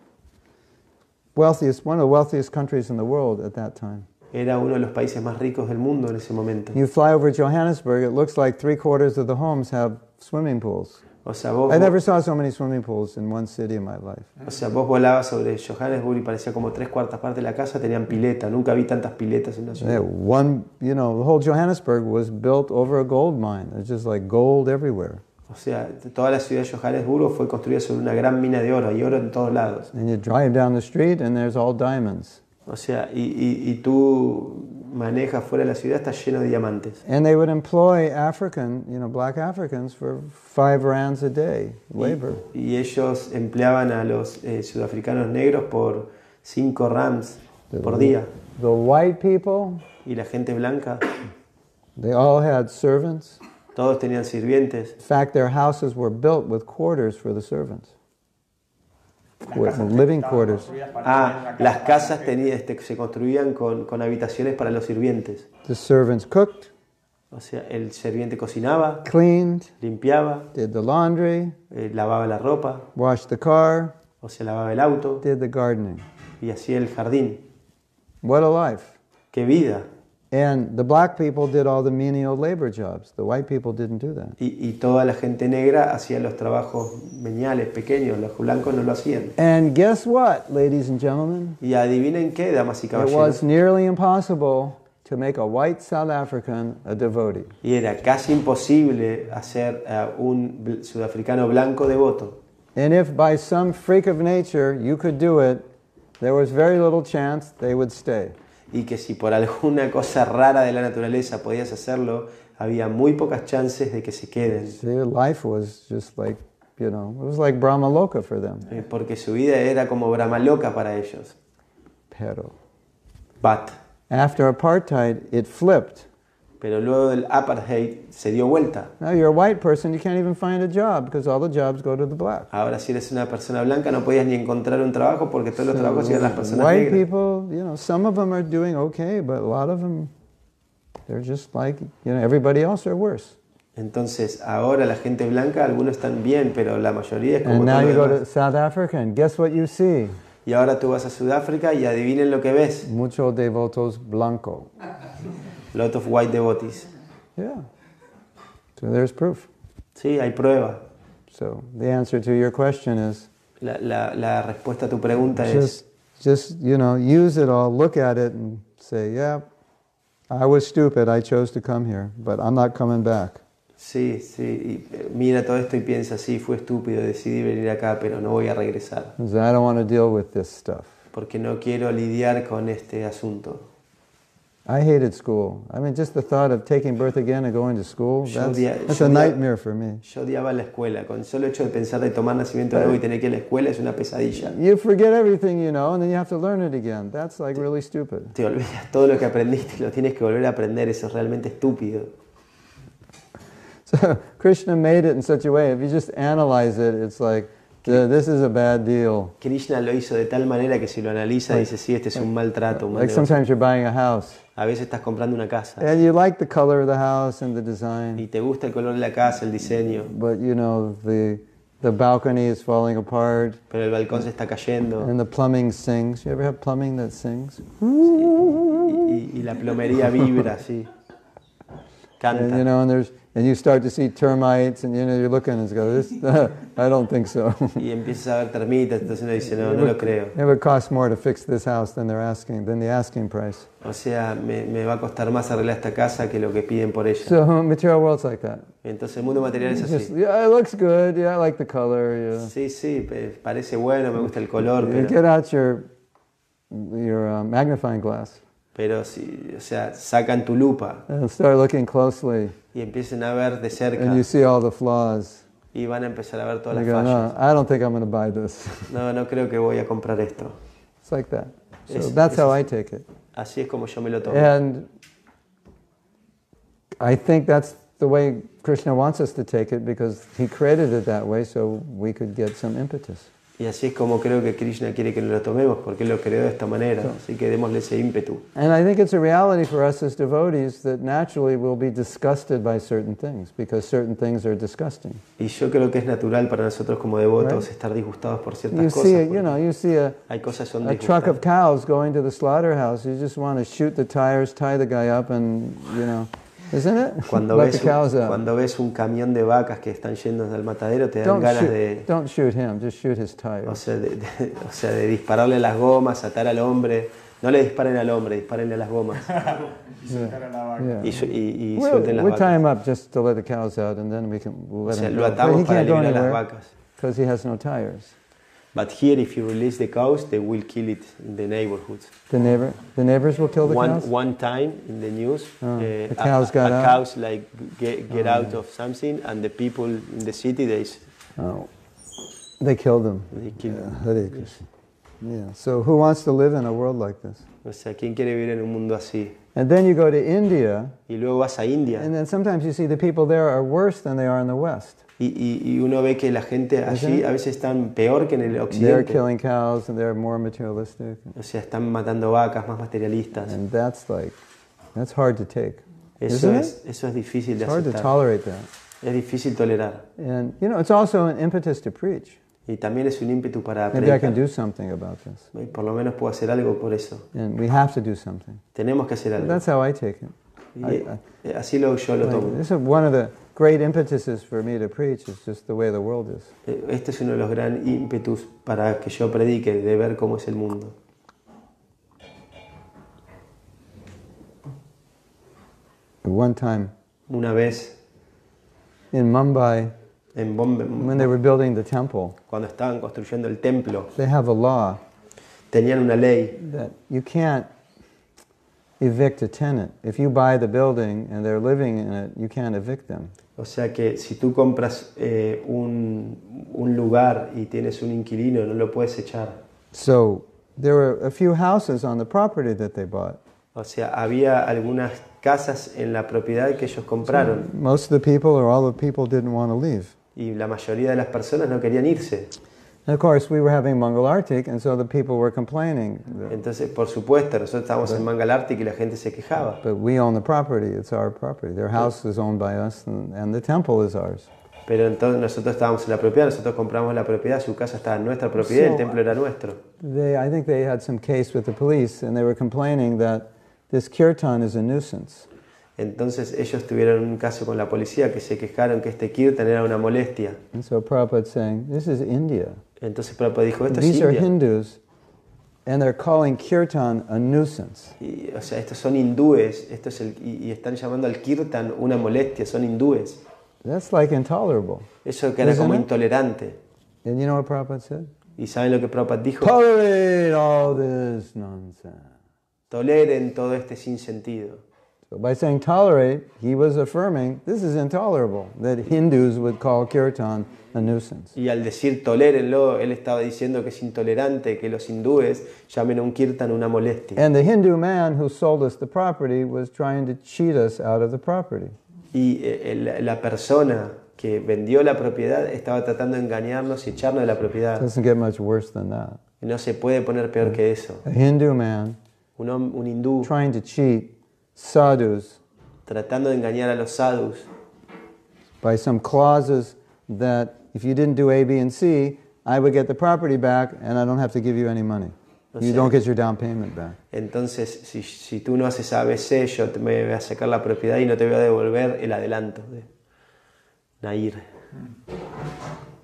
wealthiest, one of the wealthiest countries in the world at that time. Era uno de los países más ricos del mundo en ese momento. You fly over Johannesburg, it looks like three quarters of the homes have swimming pools. O sea, vos, I never saw so many swimming pools in one city in my life. o sea, vos volabas sobre Johannesburg y parecía como tres cuartas partes de la casa tenían pileta. Nunca vi tantas piletas en una They had ciudad. one, you know, the whole Johannesburg was built over a gold mine. There's just like gold everywhere. O sea, toda la ciudad de Johannesburgo fue construida sobre una gran mina de oro. Hay oro en todos lados. And you drive down the street and there's all diamonds. O sea, y, y- y tú manejas fuera de la ciudad, está lleno de diamantes. And they would employ African, you know, black Africans for five rands a day, labor. Y ellos empleaban a los eh, sudafricanos negros por 5 rams por día. The white people, Y la gente blanca, they all had servants. todos tenían sirvientes. In fact, their houses were built with quarters for the servants, Las with casas living estaban quarters. construidas para tener una Ah, casa las para casas la gente. tenía- este, se construían con, con habitaciones para los sirvientes. The servants cooked, O sea, el sirviente cocinaba, cleaned, limpiaba, did the laundry, eh, lavaba la ropa, washed the car, o sea, lavaba el auto did the gardening. y hacía el jardín. What a life. ¡Qué vida! And the black people did all the menial labor jobs. The white people didn't do that. Y, y toda la gente negra hacía los trabajos meniales, pequeños, los blancos no lo hacían. And guess what, ladies and gentlemen? Y adivinen qué, damas y It was caballeros. nearly impossible to make a white South African a devotee. Y era casi imposible hacer a un bl- sudafricano blanco devoto. And if by some freak of nature you could do it, there was very little chance they would stay. Y que si por alguna *laughs* cosa rara de la naturaleza podías hacerlo, había muy pocas chances de que se queden. Their life was just like, you know, it was like Brahma Loka for them. Eh, Porque su vida era como brama loca para ellos. Pero But. after apartheid, it flipped. Pero luego del apartheid se dio vuelta. Now you're a white person, you can't even find a job because all the jobs go to the black. Ahora si eres una persona blanca no podías ni encontrar un trabajo porque todos los trabajos iban a las personas White negras. people, you know, some of them are doing okay, but a lot of them, they're just like, you know, everybody else or worse. Entonces, ahora la gente blanca, algunos están bien, pero la mayoría es como And now todo lo you go to demás. South Africa, and guess what you see? Y ahora tú vas a Sudáfrica y adivinen lo que ves. Mucho devotos blanco. Lot of white devotees. Yeah. So there's proof. Sí, hay prueba. So the answer to your question is La, la- la respuesta a tu pregunta es, just, just you know, use it all, look at it, and say, yeah, I was stupid. I chose to come here, but I'm not coming back. Sí, sí. y, eh, mira todo esto y piensa, sí, fue estúpido, decidí venir acá, pero no voy a regresar, Because I don't want to deal with this stuff. porque no quiero lidiar con este asunto. I hated school. I mean, just the thought of taking birth again and going to school, Yo that's, odia- that's yo a odia- nightmare for me. Yo odiaba la escuela, con el solo hecho de pensar de tomar nacimiento nuevo y tener que ir a la escuela es una pesadilla. You forget everything you know and then you have to learn it again. That's like really stupid. *laughs* Te olvidas todo lo que aprendiste y lo tienes que volver a aprender, eso es realmente estúpido. So Krishna made it in such a way, if you just analyze it, it's like, "Th- this is a bad deal. Krishna lo hizo de tal manera que si lo analiza dice, sí, este es un maltrato. un mal Like negocio". sometimes you're buying a house A veces estás comprando una casa and you like the color of the house and the design, y te gusta el color de la casa, el diseño, but you know, the, the balcony is falling apart pero el balcón se está cayendo and the plumbing sings. You ever have plumbing that sings? y, y- y la plomería vibra, sí. And you Canta. know, and there's and you start to see termites, and you know you're looking and go, this, *laughs* I don't think so. *laughs* Y empiezas a ver termitas, entonces uno dice, no, no lo creo. It would cost more to fix this house than they're asking than the asking price. O sea, me, me va a costar más arreglar esta casa que lo que piden por ella. So *laughs* material world's like that. Entonces el mundo material es It's just, así. yeah, it looks good. Yeah, I like the color. Yeah. Sí, sí, pe- parece bueno, me gusta el color, You pero, get out your your uh, magnifying glass pero sí, o sea, sacan tu lupa and start looking closely, y empiezan a ver de cerca and you see all the flaws. y van a empezar a ver todas And you las go, no, fallas. I don't think I'm going to buy this. *laughs* No, no creo que voy a comprar esto. It's like that. So It's- that's how it's- I take it. Así es como yo me lo tomo. And I think that's the way Krishna wants us to take it because he created it that way so we could get some impetus. Y así es como creo que Krishna quiere que nos lo tomemos, porque Él lo creó de esta manera. Así que démosle ese ímpetu. And I think it's a reality for us as devotees that naturally we'll be disgusted by certain things because certain things are disgusting. Y yo creo que es natural para nosotros como devotos Right. estar disgustados por ciertas You cosas. see, a, porque you know, you see a, hay cosas que son a truck of disgustantes. cows going to the slaughterhouse. You just want to shoot the tires, tie the guy up, and you know, isn't it? *laughs* Cuando Let the ves, un, cows out. cuando ves un camión de vacas que están yendo al matadero, te dan Don't ganas shoot, de, don't shoot him. Just shoot his tires. o sea, de, de- *laughs* o sea, de dispararle las gomas, atar al hombre. No le disparen al hombre, disparenle a las gomas. Yeah. Oh, Y, su- y- y We'll, suelten las we'll tie vacas. him up just to let the cows out, and then we can we'll O let sea, him lo go. But he atamos para can't go liberar las anywhere vacas. because he has no tires. But here, if you release the cows, they will kill it in the neighborhoods. The neighbor, the neighbors will kill the one, cows. one time in the news, Oh, uh, the a- cows a, got a out. Ah, cows like get, get out of something, and the people in the city they, s- Oh, they killed them. they kill. Yeah, them. Hare Krishna. Yeah. So who wants to live in a world like this? O sea, ¿quién quiere vivir en un mundo así? And then you go to India, Y luego vas a India and then sometimes you see the people there are worse than they are in the West. y, y- y uno ve que la gente allí a veces están peor que en el They're occidente. killing cows, and they're more materialistic, O sea, están matando vacas, más materialistas. and that's like, that's hard to take. Eso Isn't es, eso es difícil de It's hard to aceptar. tolerate that. Es difícil tolerar. And you know, it's also an impetus to preach. Y también es un ímpetu para Maybe I can aprender. do something about this. Por lo menos puedo hacer algo por eso. And we have to do something. Tenemos que hacer But algo. that's how I take it. Y, I- I- eh, así lo, yo lo like, tomo. this is one of the great impetuses for me to preach, is just the way the world is. Eh, Este es uno de los gran ímpetus para que yo predique, de ver cómo es el mundo. At one time Una vez in Mumbai, en Bombay, when they were building the temple, cuando estaban construyendo el templo, they have a law tenían una ley that you can't evict a tenant. If you buy the building and they're living in it, you can't evict them. O sea que si tú compras eh, un, un lugar y tienes un inquilino, no lo puedes echar. So there were a few houses on the property that they bought. O sea, había algunas casas en la propiedad que ellos compraron Most of the people or all the people didn't want to leave. y la mayoría de las personas no querían irse. And of course, we were having Mongol Arctic, and so the people were complaining. that- Entonces, por supuesto, nosotros estábamos en Mangal Arctic y la gente se quejaba. But we own the property, it's our property. Their house is owned by us, and, and the temple is ours. Pero entonces nosotros estábamos en la propiedad, nosotros compramos la propiedad, su casa estaba en nuestra propiedad, el So- templo era nuestro. They, I think they had some case with the police, and they were complaining that this kirtan is a nuisance. Entonces ellos tuvieron un caso con la policía que se quejaron que este kirtan era una molestia. And so Prabhupada's saying, This is India. Entonces Prabhupada dijo, esto es These are India. Hindus, and they're calling kirtan a nuisance. Y, o sea, estos son hindúes, esto es el, y, y están llamando al kirtan una molestia, son hindúes. That's like intolerable. Eso queda como Isn't it? intolerante. And you know what Prabhupada said? ¿Y saben lo que Prabhupada dijo? Tolerate all this nonsense. Toleren todo este sinsentido. So by saying tolerate, he was affirming this is intolerable, that Hindus would call kirtan a nuisance. Y al decir tolérenlo, él estaba diciendo que es intolerante que los hindúes llamen a un kirtan una molestia. And the Hindu man who sold us the property was trying to cheat us out of the property. Y eh, el- la persona que vendió la propiedad estaba tratando de engañarnos y echarnos de la propiedad. Doesn't get much worse than that. Y no se puede poner peor que eso. A Hindu man Un, hom- un hindú trying to cheat sadhus tratando de engañar a los sadhus by some clauses that if you didn't do A, B, and C, I would get the property back and I don't have to give you any money. You don't get your down payment back. Entonces, si, si tú no haces ABC, yo te, me voy a sacar la propiedad y no te voy a devolver el adelanto. de Nair.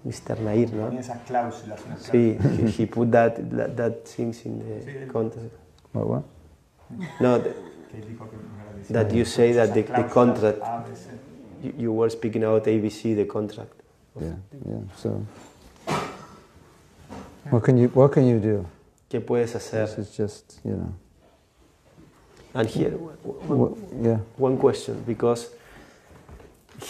Mr. Nair, ¿no? Tenía esas cláusulas. unas Sí, he, he put that, that, that things in the contract. What, what? No, th- cláusulas Que dijo que me Ah, agradecía. that you say that the, the Esas contract, cláusulas, A, B, C. you, you were speaking about ABC, the contract. Yeah, yeah, so. What can you, what can you do? ¿Qué puedes hacer? This is just, you know. And here, one- What, yeah. one question, because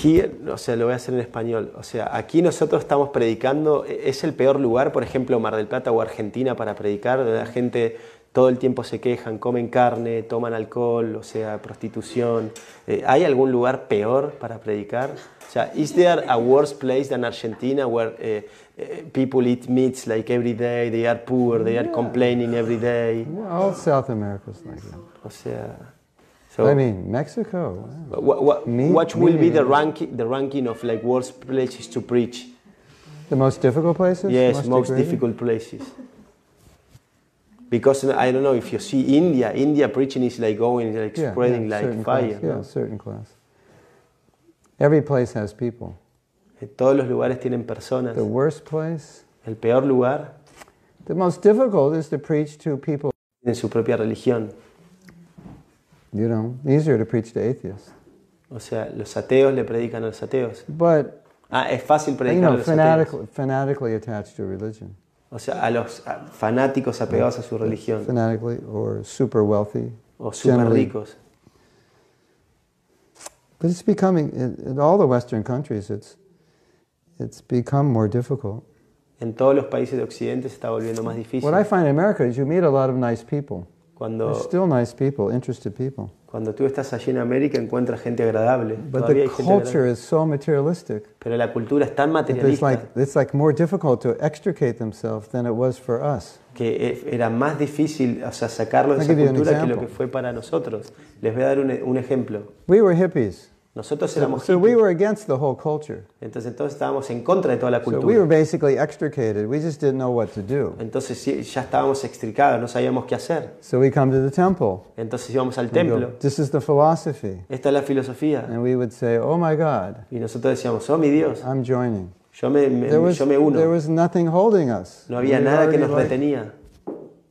here, o sea, lo voy a hacer en español. O sea, aquí nosotros estamos predicando, e- es el peor lugar, por ejemplo, Mar del Plata o Argentina para predicar, donde la gente todo el tiempo se quejan, comen carne, toman alcohol, o sea, prostitución. Eh, ¿Hay algún lugar peor para predicar? O sea, is there a worse place than Argentina where eh, eh, people eat meats like every day, they are poor, they are complaining every day? Well, All South America's like that. O sea, so- I mean, Mexico. wow. What, what, Me- what will be me- the ranking the ranking of like worst places to preach? The most difficult places? yes, most degrading? difficult places. Because I don't know if you see India, India preaching is like going like Yeah, spreading yeah, like certain fire. Class, ¿no? yeah, certain class. Every place has people. Eh, Todos los lugares tienen personas. The worst place, El peor lugar the most difficult is to preach to people. tiene su propia religión. You know, easier to preach to atheists. O sea, los ateos le predican a los ateos. But, Ah, es fácil you predicar a know, los ateos. fanatically, fanatically attached to religion. O sea, a los a- fanáticos apegados a su religión. Fanatically or super wealthy. O super generally. ricos. But it's becoming, in, in all the Western countries, it's, it's become more difficult. En todos los países de Occidente se está volviendo más difícil. What I find in America is you meet a lot of nice people. Cuando, There's still nice people, interested people. Cuando tú estás allí en América encuentras gente agradable. But Todavía the hay gente culture agradable. is so materialistic. Pero la cultura es tan that It's materialista like, it's like more difficult to extricate themselves than it was for us. que eh, era más difícil o sea, sacarlos de I'll esa give you an cultura que lo example. que fue para nosotros. Les voy a dar un, e- un ejemplo. We were hippies. Nosotros So, éramos so we hippies, were against the whole culture. entonces todos estábamos en contra de toda la So we were cultura. basically extricated. We just didn't know what to do. Entonces sí, ya estábamos extricados, no sabíamos qué hacer. So we come to the temple. Entonces íbamos al We go, templo. this is the philosophy. Esta es la filosofía. And we would say, oh my God, Y nosotros decíamos, oh mi Dios, I'm joining. yo me, me- Ah. There was, yo me there uno. was nothing holding us. No había We nada que already nos like- retenía.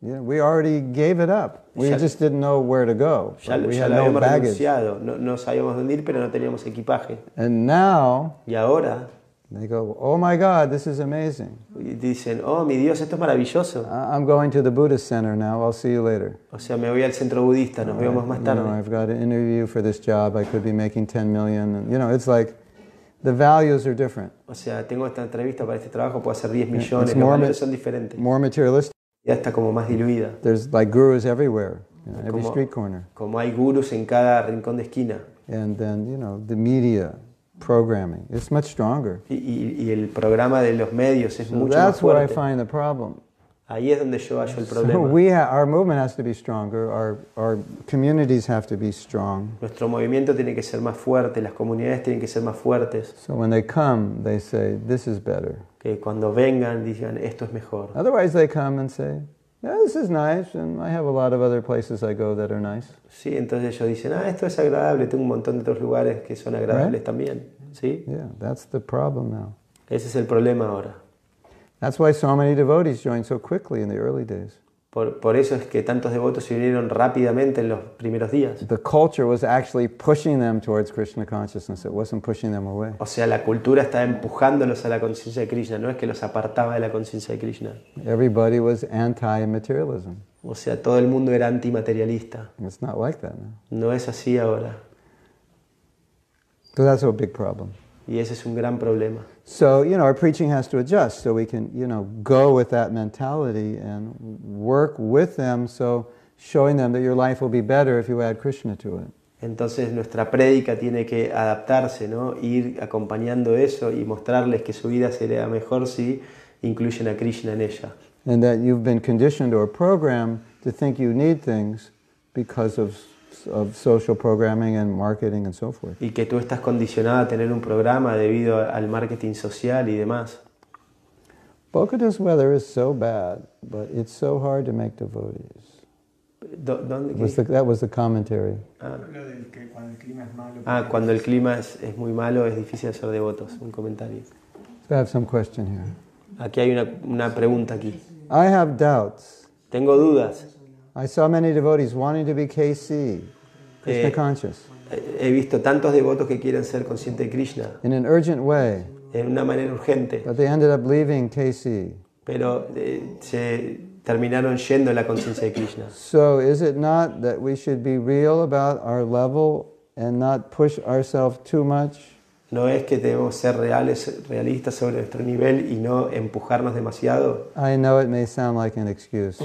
yeah, we already gave it up. We Ya- just didn't know where to go. Ya, lo- we ya had lo no habíamos baggage. renunciado. No, no sabíamos dónde ir, pero no teníamos equipaje. And now Y ahora they go, oh my God, this is amazing. y dicen, oh, mi Dios, esto es maravilloso. I- I'm going to the Buddhist center now. I'll see you later. O sea, me voy al centro budista, nos vemos más You know, tarde. I've got an interview for this job. I could be making 10 million. And, you know, it's like the values are different, O sea, tengo esta entrevista para este trabajo, puedo hacer 10 It's millones, los more valores ma- son diferentes. more materialistic. Ya está como más diluida. There's like gurus everywhere, you know, every Como- street corner. Como hay gurús en cada rincón de esquina. And then, you know, the media, programming. It's much stronger. Y, y- y el programa de los medios es So mucho más that's where I fuerte. find the problem. Ahí es donde yo hallo el So problema. we ha- our movement has to be stronger. Our, our communities have to be strong. Nuestro movimiento tiene que ser más fuerte, las comunidades tienen que ser más fuertes. So when they come, they say, this is better. Que cuando vengan digan, esto es mejor. Otherwise, they come and say, yeah, this is nice, and I have a lot of other places I go that are nice. Sí, entonces ellos dicen, ah, esto es agradable, tengo un montón de otros lugares que son agradables también. ¿Sí? Yeah, that's the problem now. Ese es el problema ahora. That's why so many devotees joined so quickly in the early days. Por, por eso es que tantos devotos se unieron rápidamente en los primeros días. The culture was actually pushing them towards Krishna consciousness, it wasn't pushing them away. O sea, la cultura estaba empujándolos a la conciencia de Krishna, no es que los apartaba de la conciencia de Krishna. Everybody was anti materialism. O sea, todo el mundo era antimaterialista. It's not like that now. No es así ahora. So that's a big problem. Y ese es un gran problema. So, you know, our preaching has to adjust so we can, you know, go with that mentality and work with them so showing them that your life will be better if you add Krishna to it. Entonces nuestra prédica tiene que adaptarse, ¿no? Ir acompañando eso y mostrarles que su vida sería mejor si incluyen a Krishna en ella. And that you've been conditioned or programmed to think you need things because of, of social programming and marketing and so forth. Y que tú estás condicionada a tener un programa debido a- al marketing social y demás. Bogota's weather is so bad, but it's so hard to make devotees. Do- ¿dónde- It qué- was the- that was the commentary. ah, Lo del que cuando el clima es malo. ah, cuando el clima es, es muy malo es difícil hacer devotos. Un comentario. So I have some question here. Aquí hay una, una pregunta aquí. I have doubts. Tengo dudas. I saw many devotees wanting to be KC, Krishna Eh, conscious, Eh, He visto tantos devotos que quieren ser conscientes de Krishna in an urgent way, en una manera urgente, but they ended up leaving KC. pero eh, se terminaron yendo a la conciencia de Krishna. So is it not that we should be real about our level and not push ourselves too much? No es que debemos ser reales, realistas sobre nuestro nivel y no empujarnos demasiado. I know it may sound like *coughs* an excuse.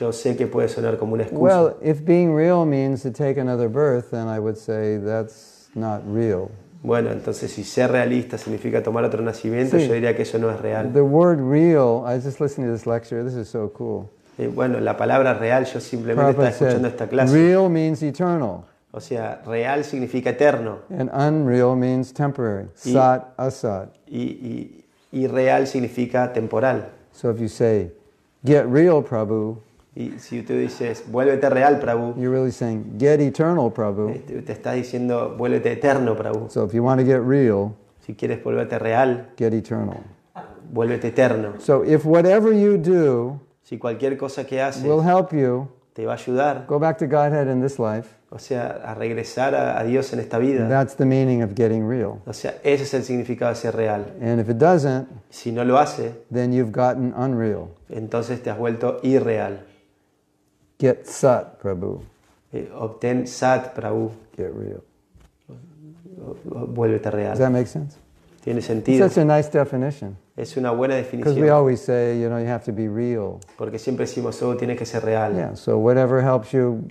Yo sé que puede sonar como una excusa. Well, if being real means to take another birth, then I would say that's not real. bueno, entonces si ser realista significa tomar otro nacimiento, Sí. yo diría que eso no es real. The word real, I was just listening to this lecture, this is so cool. Eh, bueno, la palabra real, yo simplemente estaba Prabhupada escuchando esta clase. real means eternal, O sea, real significa eterno and unreal means temporary. Y- Sat, asat. y, y, y real significa temporal. So if you say, get real, Prabhu, Y si tú dices, vuélvete real, Prabhu, you're really saying, get eternal, Prabhu. eh, te está diciendo, vuélvete eterno, Prabhu. So if you want to get real, Si quieres volverte real, get eternal. vuélvete eterno. So if whatever you do Si cualquier cosa que haces will help you te va a ayudar, go back to Godhead in this life, o sea, a regresar a, a Dios en esta vida, that's the meaning of getting real. o sea, ese es el significado de ser real. And if it doesn't, Si no lo hace, then you've gotten unreal. entonces te has vuelto irreal. Get sat, Prabhu. Eh, obtén sat, Prabhu, Get real. o- o vuélvete Does real. that make sense? Tiene It's sentido. such a nice definition. Es una buena Because we definición, always say, you know, you have to be real. porque siempre decimos, oh, tienes que ser real. Yeah, so whatever helps you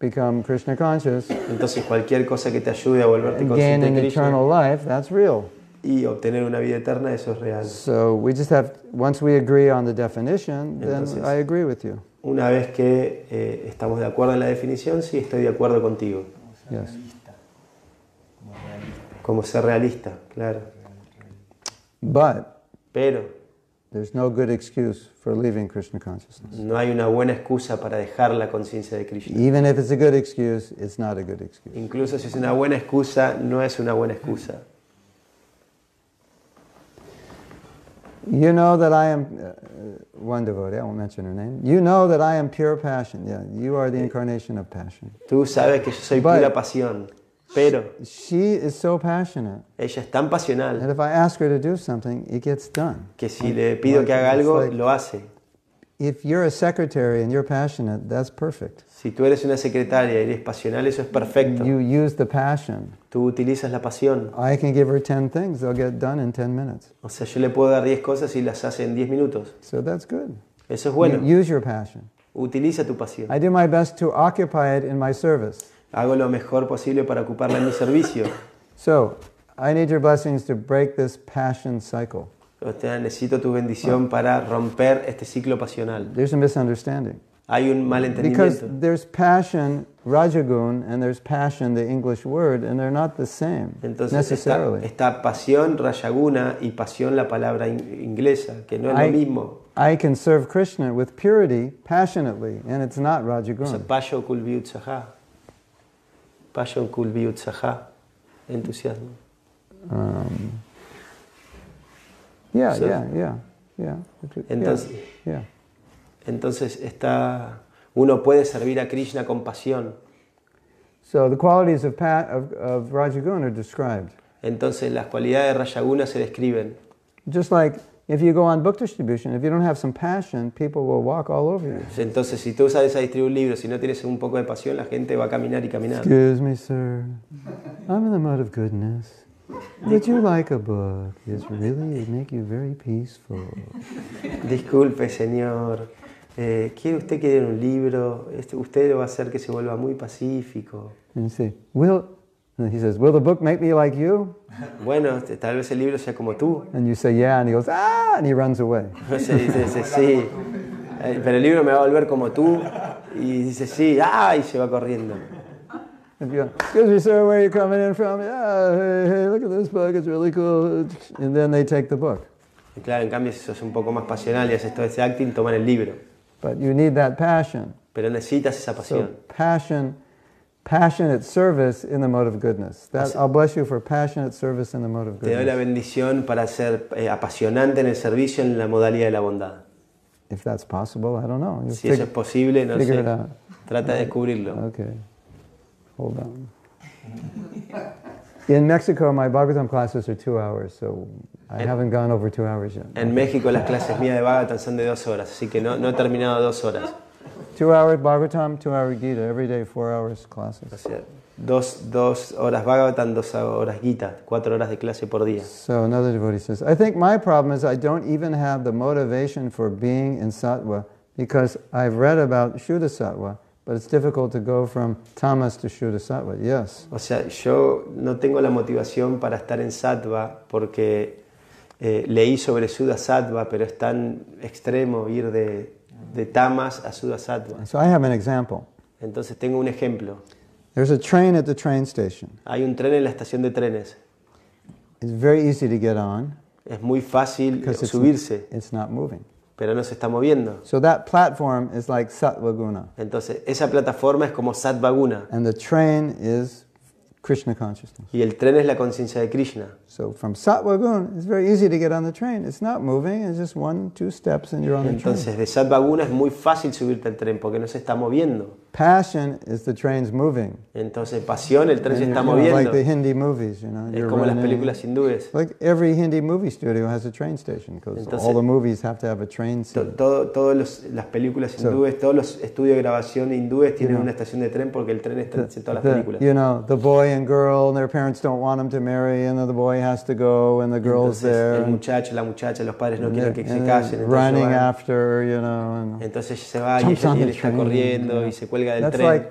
become Krishna conscious Entonces cualquier cosa que te ayude a volverte and gain consciente an de Krishna eternal life, that's real. y obtener una vida eterna, eso es real. So we just have, once we agree on the definition, Entonces- then I agree with you. Una vez que eh, estamos de acuerdo en la definición, sí estoy de acuerdo contigo. Como ser Yes. realista. Como realista. Como ser realista, claro. But Pero there's no good excuse for leaving Krishna consciousness. no hay una buena excusa para dejar la conciencia de Krishna. Even if it's a good excuse, it's not a good excuse. Incluso si es una buena excusa, no es una buena excusa. You know that I am, uh, one devotee, I won't mention her name. You know that I am pure passion. Yeah, you are the incarnation of passion. Tú sabes que yo soy But- pura pasión, pero She is so passionate. ella es tan And pasional if I ask her to do something, it gets done. que si le pido que haga algo, lo hace. If you're a secretary and you're passionate, that's perfect. Si tú eres una secretaria y eres pasional, eso es perfecto. You use the passion. Tú utilizas la pasión. I can give her 10 things, they'll get done in 10 minutes. O sea, yo le puedo dar 10 cosas y las hace en 10 minutos. So that's good. Eso es bueno. You use your passion. Utiliza tu pasión. I do my best to occupy it in my service. Hago lo mejor posible para ocuparla en mi servicio. So I need your blessings to break this passion cycle. O sea, necesito tu Ah. bendición para romper este ciclo pasional. There's a misunderstanding. Hay un Because malentendimiento. there's passion, Rajagun, and there's passion, the English word, and they're not the same Entonces está, necessarily. está pasión rayaguna y pasión la palabra in- inglesa, que no es lo mismo. I can serve Krishna with purity, passionately, and it's not O sea, Rajagun. payo kulbi utsaha. Payo kulbi utsaha. Entusiasmo. Um, yeah, So- yeah, yeah, yeah, yeah. Entonces, yeah. Entonces está, uno puede servir a Krishna con pasión. So the qualities of, pat, of, of Rajagun are described. Entonces las cualidades de Rayaguna se describen. Just like if you go on book distribution, if you don't have some passion, people will walk all over you. Entonces si tú usas a distribuir un libro, si no tienes un poco de pasión, la gente va a caminar y caminar. Excuse me, sir. I'm in the mode of goodness. Would you like a book? It's really, it make you very peaceful. Disculpe, señor. Eh, ¿Quiere usted querer un libro? Este- usted lo va a hacer que se vuelva muy pacífico. And you say, will, and he says, will the book make me like you? Bueno, este, tal vez el libro sea como tú. And you say, yeah, and he goes, ah, and he runs away. Se dice, dice, sí. Eh, Pero el libro me va a volver como tú. Y dice, sí, ¡ah! Y se va corriendo. If you go, excuse me, sir, where are you coming in from? Yeah, hey, hey, look at this book, it's really cool. And then they take the book. Y claro, en cambio, si sos un poco más pasional y haces todo ese acting, toman el libro. But you need that passion. Pero necesitas esa So pasión. passion, passionate service in the mode of goodness. That, I'll bless you for passionate service in the mode of Te doy la goodness, bendición para ser eh, apasionante en el servicio en la modalidad de la bondad. if that's possible. I don't know. You Si eso es fig- posible, no figure sé. it out. Trata de descubrirlo. Okay, hold on. In Mexico, my Bhagavatam classes are two hours, so I haven't gone over two hours yet. En México las clases mías de Bhagavatam son de dos horas, así que no, no he terminado dos horas. Two hour Bhagavatam, two hour Gita, every day, four hours classes. O sea, dos, dos horas Bhagavatam, dos horas Gita, cuatro horas de clase por día. So another devotee says, I think my problem is I don't even have the motivation for being in sattva because I've read about Shuddha sattva, but it's difficult to go from tamas to Shuddha sattva. Yes. O sea, yo no tengo la motivación para estar en sattva porque eh, leí sobre Sudha sattva, pero es tan extremo ir de, de tamas a Sudha sattva. So I have an example. Entonces tengo un ejemplo. There's a train at the train station. Hay un tren en la estación de trenes. It's very easy to get on Es muy fácil eh, because it's, subirse, it's not moving. pero no se está moviendo. So that platform is like sattva guna, Entonces, esa plataforma es como sattva guna and the train is Krishna consciousness. y el tren es la conciencia de Krishna. So from sattva guna, it's very easy to get on the train. It's not moving. It's just one, two steps, and you're on the train. Entonces, de sattva guna es muy fácil subirte al tren porque no se está moviendo. Passion is the trains moving. Entonces, pasión, el tren se And está you're- you know, moviendo. like the Hindi movies, you know. Es you're como las running. películas hindúes. Like every Hindi movie studio has a train station because Entonces- all the movies have to have a train To- scene. todo- todos los- las películas So- hindúes, todos los estudios de grabación hindúes tienen You know, una estación de tren porque el tren está en todas las The- películas. you know, the boy and girl, and their parents don't want them to marry, and then the boy has to go, and the girl's Entonces, there, el and, muchacho, la muchacha, los padres no and quieren they're- que se and casen. they're Entonces, running van. after, you know. And Entonces se va y, Jumps ella- on y the él está train, corriendo yeah. y se cuelga del that's tren. like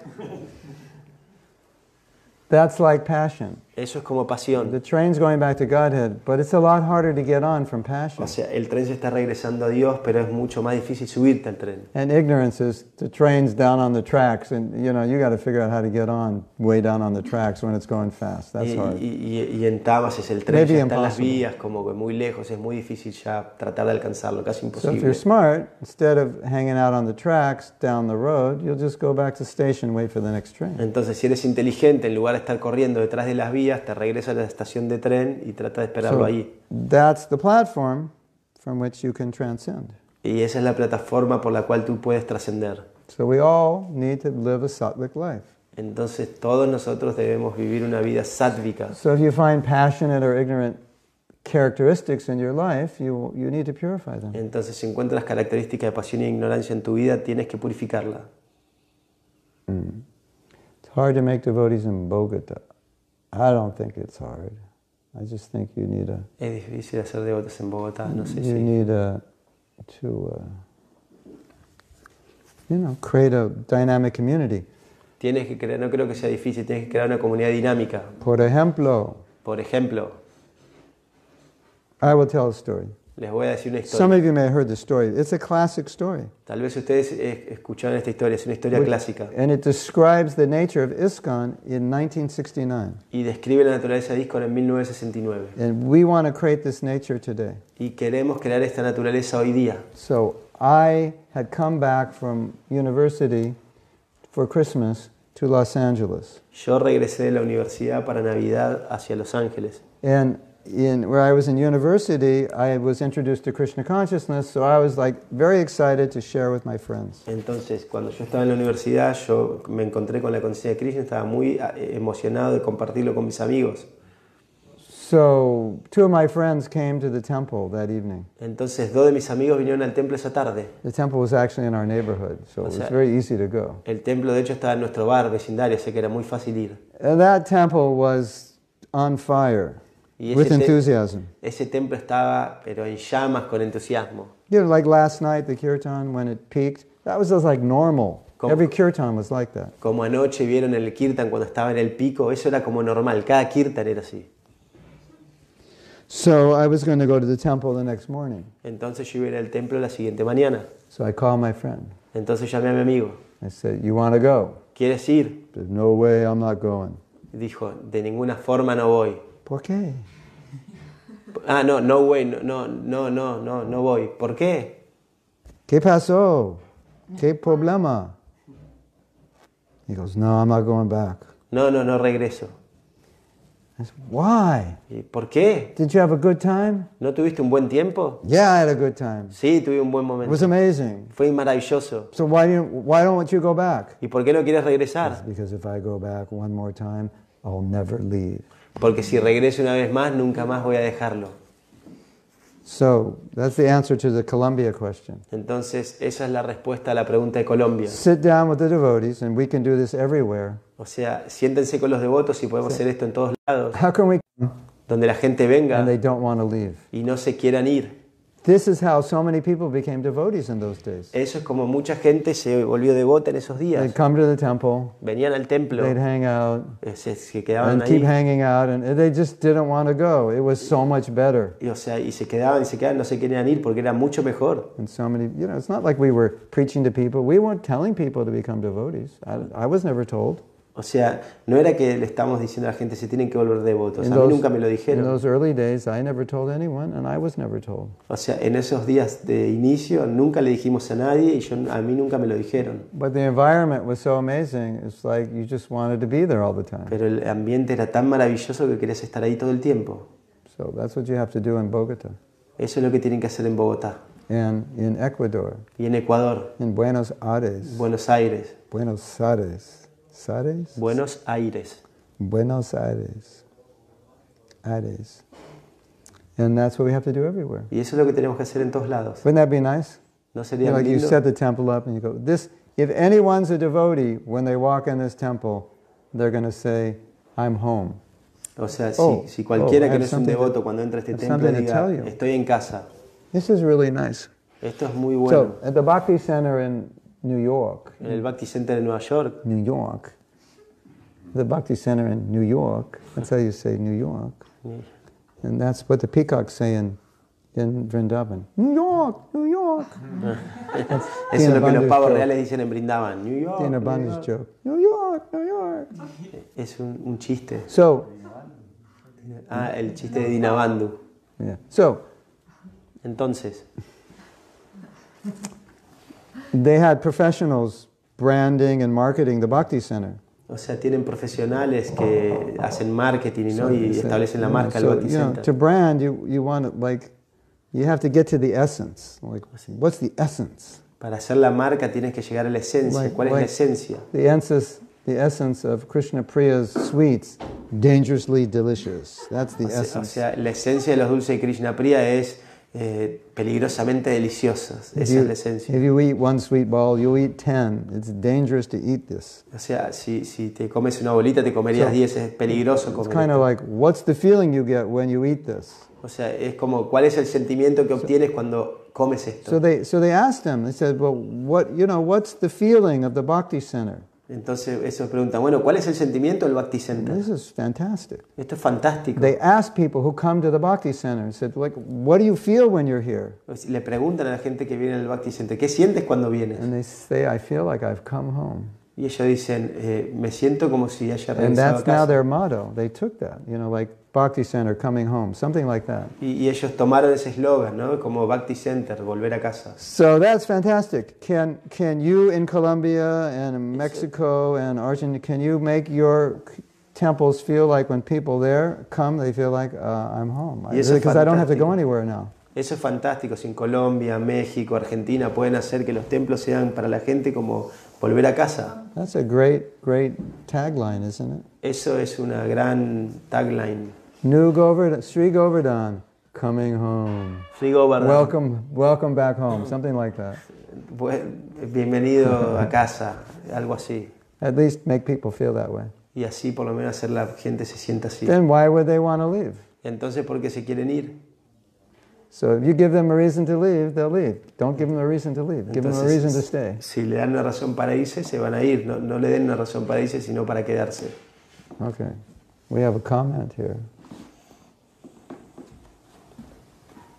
that's like passion. Eso es como The pasión. train's going back to Godhead, but it's a lot harder to get on from passion. O sea, el tren se está regresando a Dios, pero es mucho más difícil subirte al tren. And ignorance is the train's down on the tracks, and you know you got to figure out how to get on way down on the tracks when it's going fast. Y, That's y- hard. y- y en Tamas es el tren, Maybe ya está en las impossible. vías, como que muy lejos, es muy difícil ya tratar de alcanzarlo, casi So if you're imposible. smart, instead of hanging out on the tracks down the road, you'll just go back to station, wait for the next train. Entonces, si eres inteligente, en lugar de estar corriendo detrás de las vías, te regresas a la estación de tren y trata de esperarlo So ahí. that's the platform from which you can transcend. Y esa es la plataforma por la cual tú puedes trascender. So we all need to live a sattvic life. Entonces, todos nosotros debemos vivir una vida sádvica. So if you find passionate or ignorant characteristics in your life, you you need to purify them. Entonces, si encuentras características de pasión e ignorancia en tu vida, tienes que purificarla. Mm. It's hard to make devotees in Bogota. I don't think it's hard. I just think you need a Es difícil hacer devotos en Bogotá, Ah, no sé you si. need a to uh, you know create a dynamic community. Tienes que crear, no creo que sea difícil, tienes que crear una comunidad dinámica. Por ejemplo, Por ejemplo, I will tell a story. les voy a decir una historia. Some of you may have heard this story. It's a classic story, Tal vez ustedes eh, escucharon esta historia, es una historia Would- clásica. and it describes the nature of ISKCON in 1969. Y describe la naturaleza de Discord en 1969. And we want to create this nature today. Y queremos crear esta naturaleza hoy día. So I had come back from university for Christmas to Los Angeles. Yo regresé de la universidad para Navidad hacia Los Ángeles. And in where I was in university, I was introduced to Krishna consciousness, so I was like very excited to share with my friends. Entonces, cuando yo estaba en la universidad, yo me encontré con la conciencia de Krishna, estaba muy eh, emocionado de compartirlo con mis amigos. So two of my friends came to the temple that evening. Entonces, dos de mis amigos vinieron al templo esa tarde. The temple was actually in our neighborhood, so it was that? very easy to go. El templo, de hecho, estaba en nuestro bar vecindario, así que era muy fácil ir. And that temple was on fire Y with ese, te- enthusiasm. ese templo estaba, pero en llamas, con entusiasmo. You know, like last night, the kirtan, when it peaked, that was just like normal. Como- Every kirtan was like that. Como anoche vieron el kirtan cuando estaba en el pico, eso era como normal, cada kirtan era así. So I was going to go to the temple the next morning. Entonces yo iba a ir al templo la siguiente mañana. So I called my friend. Entonces llamé a mi amigo, I said, You want to go? ¿quieres ir? There's no way I'm not going. Dijo, de ninguna forma no voy. Por qué? Ah, no, no way, no, no, no, no, no, no voy. ¿Por qué? ¿Qué pasó? ¿Qué problema? He goes, No, I'm not going back. No, no, no regreso. I said, Why? ¿Y ¿Por qué? Did you have a good time? ¿No tuviste un buen tiempo? Yeah, I had a good time. Sí, tuve un buen It momento. was amazing. Fue maravilloso. So why, do you, why don't you go back? ¿Y por qué no quieres regresar? Because if I go back one more time, I'll never leave. Porque si regreso una vez más, nunca más voy a dejarlo. So that's the answer to the Columbia question. Entonces, esa es la respuesta a la pregunta de Colombia. Sit down with the devotees, and we can do this everywhere. O sea, siéntense con los devotos y podemos hacer esto en todos lados, How can we? donde la gente And venga they don't want to leave. y no se quieran ir. This is how so many people became devotees in those days. Eso es como mucha gente se volvió devota en esos They'd días. come to the temple, Venían al templo, they'd hang out, eh, se, se quedaban and keep ahí, hanging out, and they just didn't want to go. It was so much better. y, o sea, y se quedaban y se quedaban, no se querían ir porque era mucho mejor. And so many, you know, it's not like we were preaching to people. We weren't telling people to become devotees. I, I was never told. O sea, no era que le estamos diciendo a la gente se tienen que volver devotos, In a mí those- nunca me lo in dijeron. those early days, I never told anyone, and I was never told. O sea, en esos días de inicio nunca le dijimos a nadie y yo, a mí nunca me lo dijeron. But the environment was so amazing. It's like you just wanted to be there all the time. Pero el ambiente era tan maravilloso que querías estar ahí todo el tiempo. So that's what you have to do in Bogota Eso es lo que tienen que hacer en Bogotá and in Ecuador, y en Ecuador, in Buenos Aires, Buenos Aires, Buenos Aires, Aires, Buenos Aires. Buenos Aires, Aires. And that's what we have to do everywhere. Y eso es lo que tenemos que hacer en todos lados. Wouldn't that be nice? ¿No You sería know, like you lindo? set the temple up and you go, this, if anyone's a devotee, when they walk in this temple, they're going to say, I'm home. O sea, si, Oh, si cualquiera oh, I que have no es un something to- devoto cuando entra a este I have templo something to diga, tell you. estoy en casa. This is really nice. Esto es muy bueno. So at the Bhakti Center in New York, En el Bhakti Center de Nueva York, New York, the Bhakti Center in New York, that's how you say New York, and that's what the peacocks say in, in Vrindavan. New York, New York. eso es lo que los Bundy's pavos joke. reales dicen en Brindavan. New York. Dina New York. Bandhu's joke. New York, New York. Es un, un chiste. So, Ah, el chiste de Dinabandhu. yeah. So Entonces, they had professionals branding and marketing the Bhakti Center. o sea, tienen profesionales que hacen marketing ¿no? So y it's a- establecen la yeah, marca so, del Bhakti you know, Center. to brand, you, you want to, like, you have to get to the essence. Like, what's the essence? Para hacer la marca tienes que llegar a la esencia. Like- ¿Cuál es la like- esencia? The essence, the essence of Krishna Priya's sweets, dangerously delicious. That's the O sea, o essence. sea, la esencia de los dulces de Krishna Priya es eh, peligrosamente deliciosos. Esa If es you, la if esencia. you eat one sweet ball, you'll eat ten. It's dangerous to eat this. O sea, si, si te comes una bolita, te comerías So, 10. Es peligroso It's comer. kind of esto. like, what's the feeling you get when you eat this? O sea, es como, ¿cuál es el sentimiento que obtienes cuando comes So esto? they, so they asked him. They said, well, what, you know, what's the feeling of the Bhakti Center? Entonces, eso preguntan, bueno, ¿cuál es el sentimiento del Bhakti Center? This is fantastic. Esto es fantástico. Mm-hmm. They asked people who come to the Bhakti Center and said, like, what do you feel when you're here? Le preguntan a la gente que viene al Bhakti Center, ¿qué sientes cuando vienes? And they say, I feel like I've come home. Y ellos dicen, eh, me siento como si haya And regresado a that's now casa. their motto. They took that, you know, like Bhakti Center, coming home, something like that. Y, y ellos tomaron ese eslogan, ¿no? Como Bhakti Center, volver a casa. So that's fantastic. Can, can you in Colombia and in Mexico and Argentina, can you make your temples feel like when people there come, they feel like uh, I'm home. Y eso es Because I don't have to go fantástico. anywhere now. Eso es fantástico. Si en Colombia, México, Argentina pueden hacer que los templos sean para la gente como volver a casa. That's a great, great tagline, isn't it? Eso es una gran tagline. New Govardhan, Sri Govardhan, coming home. Sri Govardhan, Welcome, welcome back home. Something like that. bu- Pues, bienvenido a casa, algo así. At least make people feel that way. Y así por lo menos hacer la gente se sienta así. Then why would they want to leave? Entonces, ¿por qué se quieren ir? So if you give them a reason to leave, they'll leave. Don't give them a reason to leave. Give them a reason to Entonces, stay. si le dan una razón para irse, se van a ir. No, no le den una razón para irse, sino para quedarse. Okay. We have a comment here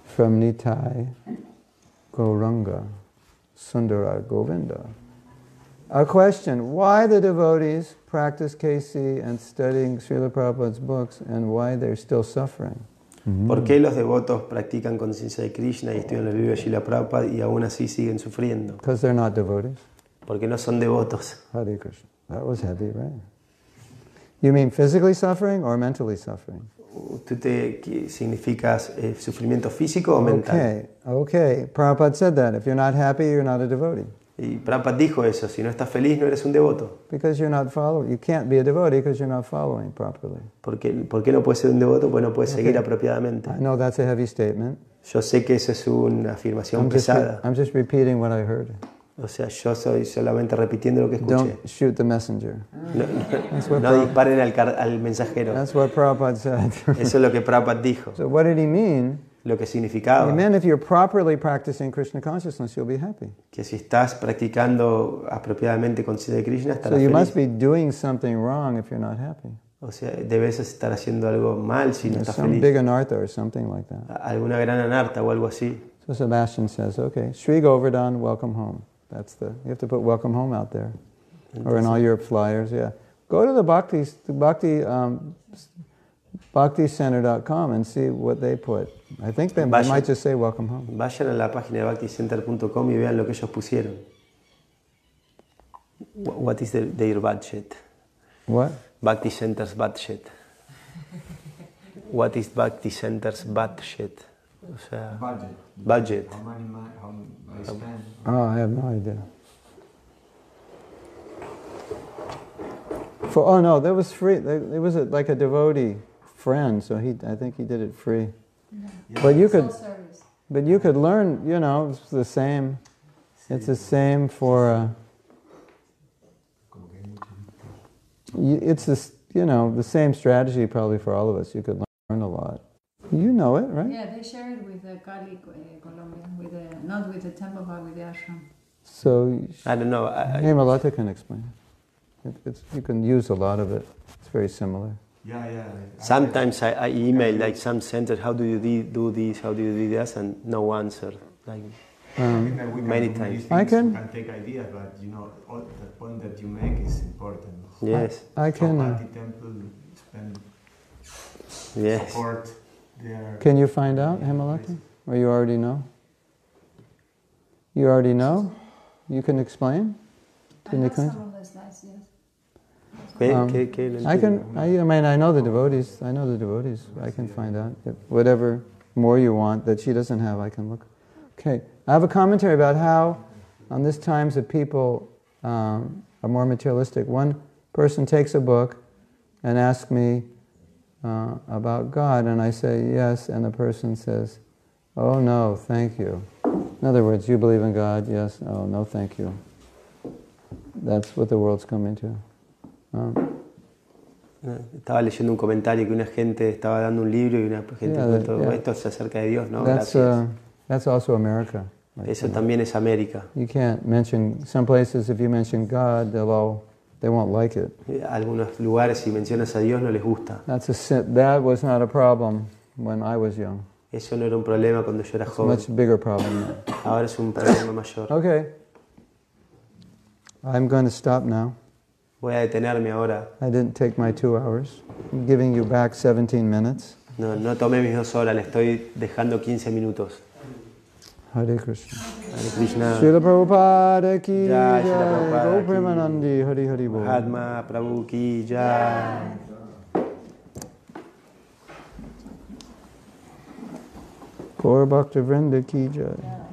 from Nitai Gauranga Sundara Govinda. A question Why the devotees practice KC and studying Srila Prabhupada's books and why they're still suffering? Mm-hmm. ¿Por qué los devotos practican conciencia de Krishna y estudian el libro de Srila Prabhupada y aún así siguen sufriendo? Because they're not devotees. Porque no son devotos. Hare Krishna. That was heavy, right? You mean physically suffering or mentally suffering? ¿Tú te qué significas eh, sufrimiento físico o mental? Okay, okay. Prabhupada said that. If you're not happy, you're not a devotee. Y Prabhupada dijo eso, si no estás feliz no eres un devoto. Because you're not following. You can't be a devotee because you're not following properly. ¿Por qué, por qué no puedes ser un devoto? Pues no puedes seguir apropiadamente. I know that's a heavy statement. Yo sé que eso es una afirmación I'm just, pesada. I'm just repeating what I heard. O sea, yo soy solamente repitiendo lo que escuché. Don't shoot the messenger. No, no- no disparen al, car- al mensajero. That's what Prabhupada said. *laughs* Eso es lo que Prabhupada dijo. so what did he mean? Lo que He significaba meant if you're properly practicing Krishna consciousness, you'll be happy. que si estás practicando apropiadamente conciencia de Krishna, So estarás you feliz. must be doing something wrong if you're not happy. O sea, debes estar haciendo algo mal si no There's estás some feliz. big anartha or something like that. alguna gran anarta o algo así. So Sebastian says, okay, Sri Govardhan, welcome home. That's the, you have to put welcome home out there. Or in all Europe flyers, yeah. Go to the Bhakti, the Bhakti, um, BhaktiCenter.com and see what they put. I think they, they Vayan. might just say welcome home. Vayan a la página de bhakticenter.com y vean lo que ellos pusieron. Wha- What is their, their budget? What? Bhakti Center's budget. What is Bhakti Center's budget? O sea, Budget. budget. How many money? How they spend? Oh, I have no idea. For, oh no, that was free. That- It was a, like a devotee friend, so he, I think he did it free. But you could, service. But you could learn, you know, it's the same. It's the same for. Uh, you- it's this, you know, the same strategy probably for all of us. You could learn a lot. You know it, right? Yeah, they share it with the Cali, uh, Colombia, with the, not with the temple, but with the ashram. So I don't know. I- I- Hemalata can explain. It, it's, you can use a lot of it. It's very similar. Yeah, yeah. I- sometimes I, I email like some center, how do you de- do this? How do you do this? And no answer. Like, I Um, think that we can many do times. these I things, we can- can take ideas, but you know, all the point that you make is important. yes, I can. Uh, Party temple spend yes. support their. can you find out Hemalata, or you already know? You already know. You can explain. I Can you know con- some of the slides, yes. ¿Qué- Um, qué- qué? No I entiendo. can. I, I mean, I know the devotees. I know the devotees. I can find out if whatever more you want that she doesn't have. I can look. Okay. I have a commentary about how, on this times of people um, are more materialistic. One person takes a book and asks me uh, about God, and I say yes, and the person says, "Oh no, thank you." In other words, you believe in God? Yes. Oh no, thank you. That's what the world's coming to. Um, Estaba leyendo un comentario que una gente estaba dando un libro y una gente Yeah, comentó, yeah. esto es acerca de Dios, ¿no? That's, Gracias. uh, that's also America. Like, Eso también es América. you can't mention, some places if you mention God, they'll all, they won't like it. Eh, Algunos lugares si mencionas a Dios no les gusta. That's a sin, that was not a problem when I was young. Eso no era un problema cuando yo era It's a joven. much bigger problem now. Ahora es un problema mayor. Okay. I'm going to stop now. Voy a detenerme ahora. I didn't take my two hours. I'm giving you back 17 minutes. No, no tomé mis dos horas, le estoy dejando 15 minutos. Hare Krishna. Hare Krishna, Srila Prabhupada ki Uh, Jai, jai. Srila Prabhupada Go ki Premanandi. Hari Hari Bol. Mahatma, Prabhu Ki, Jai. Gaur Bhakta Vrinda Ki Jai. Yeah.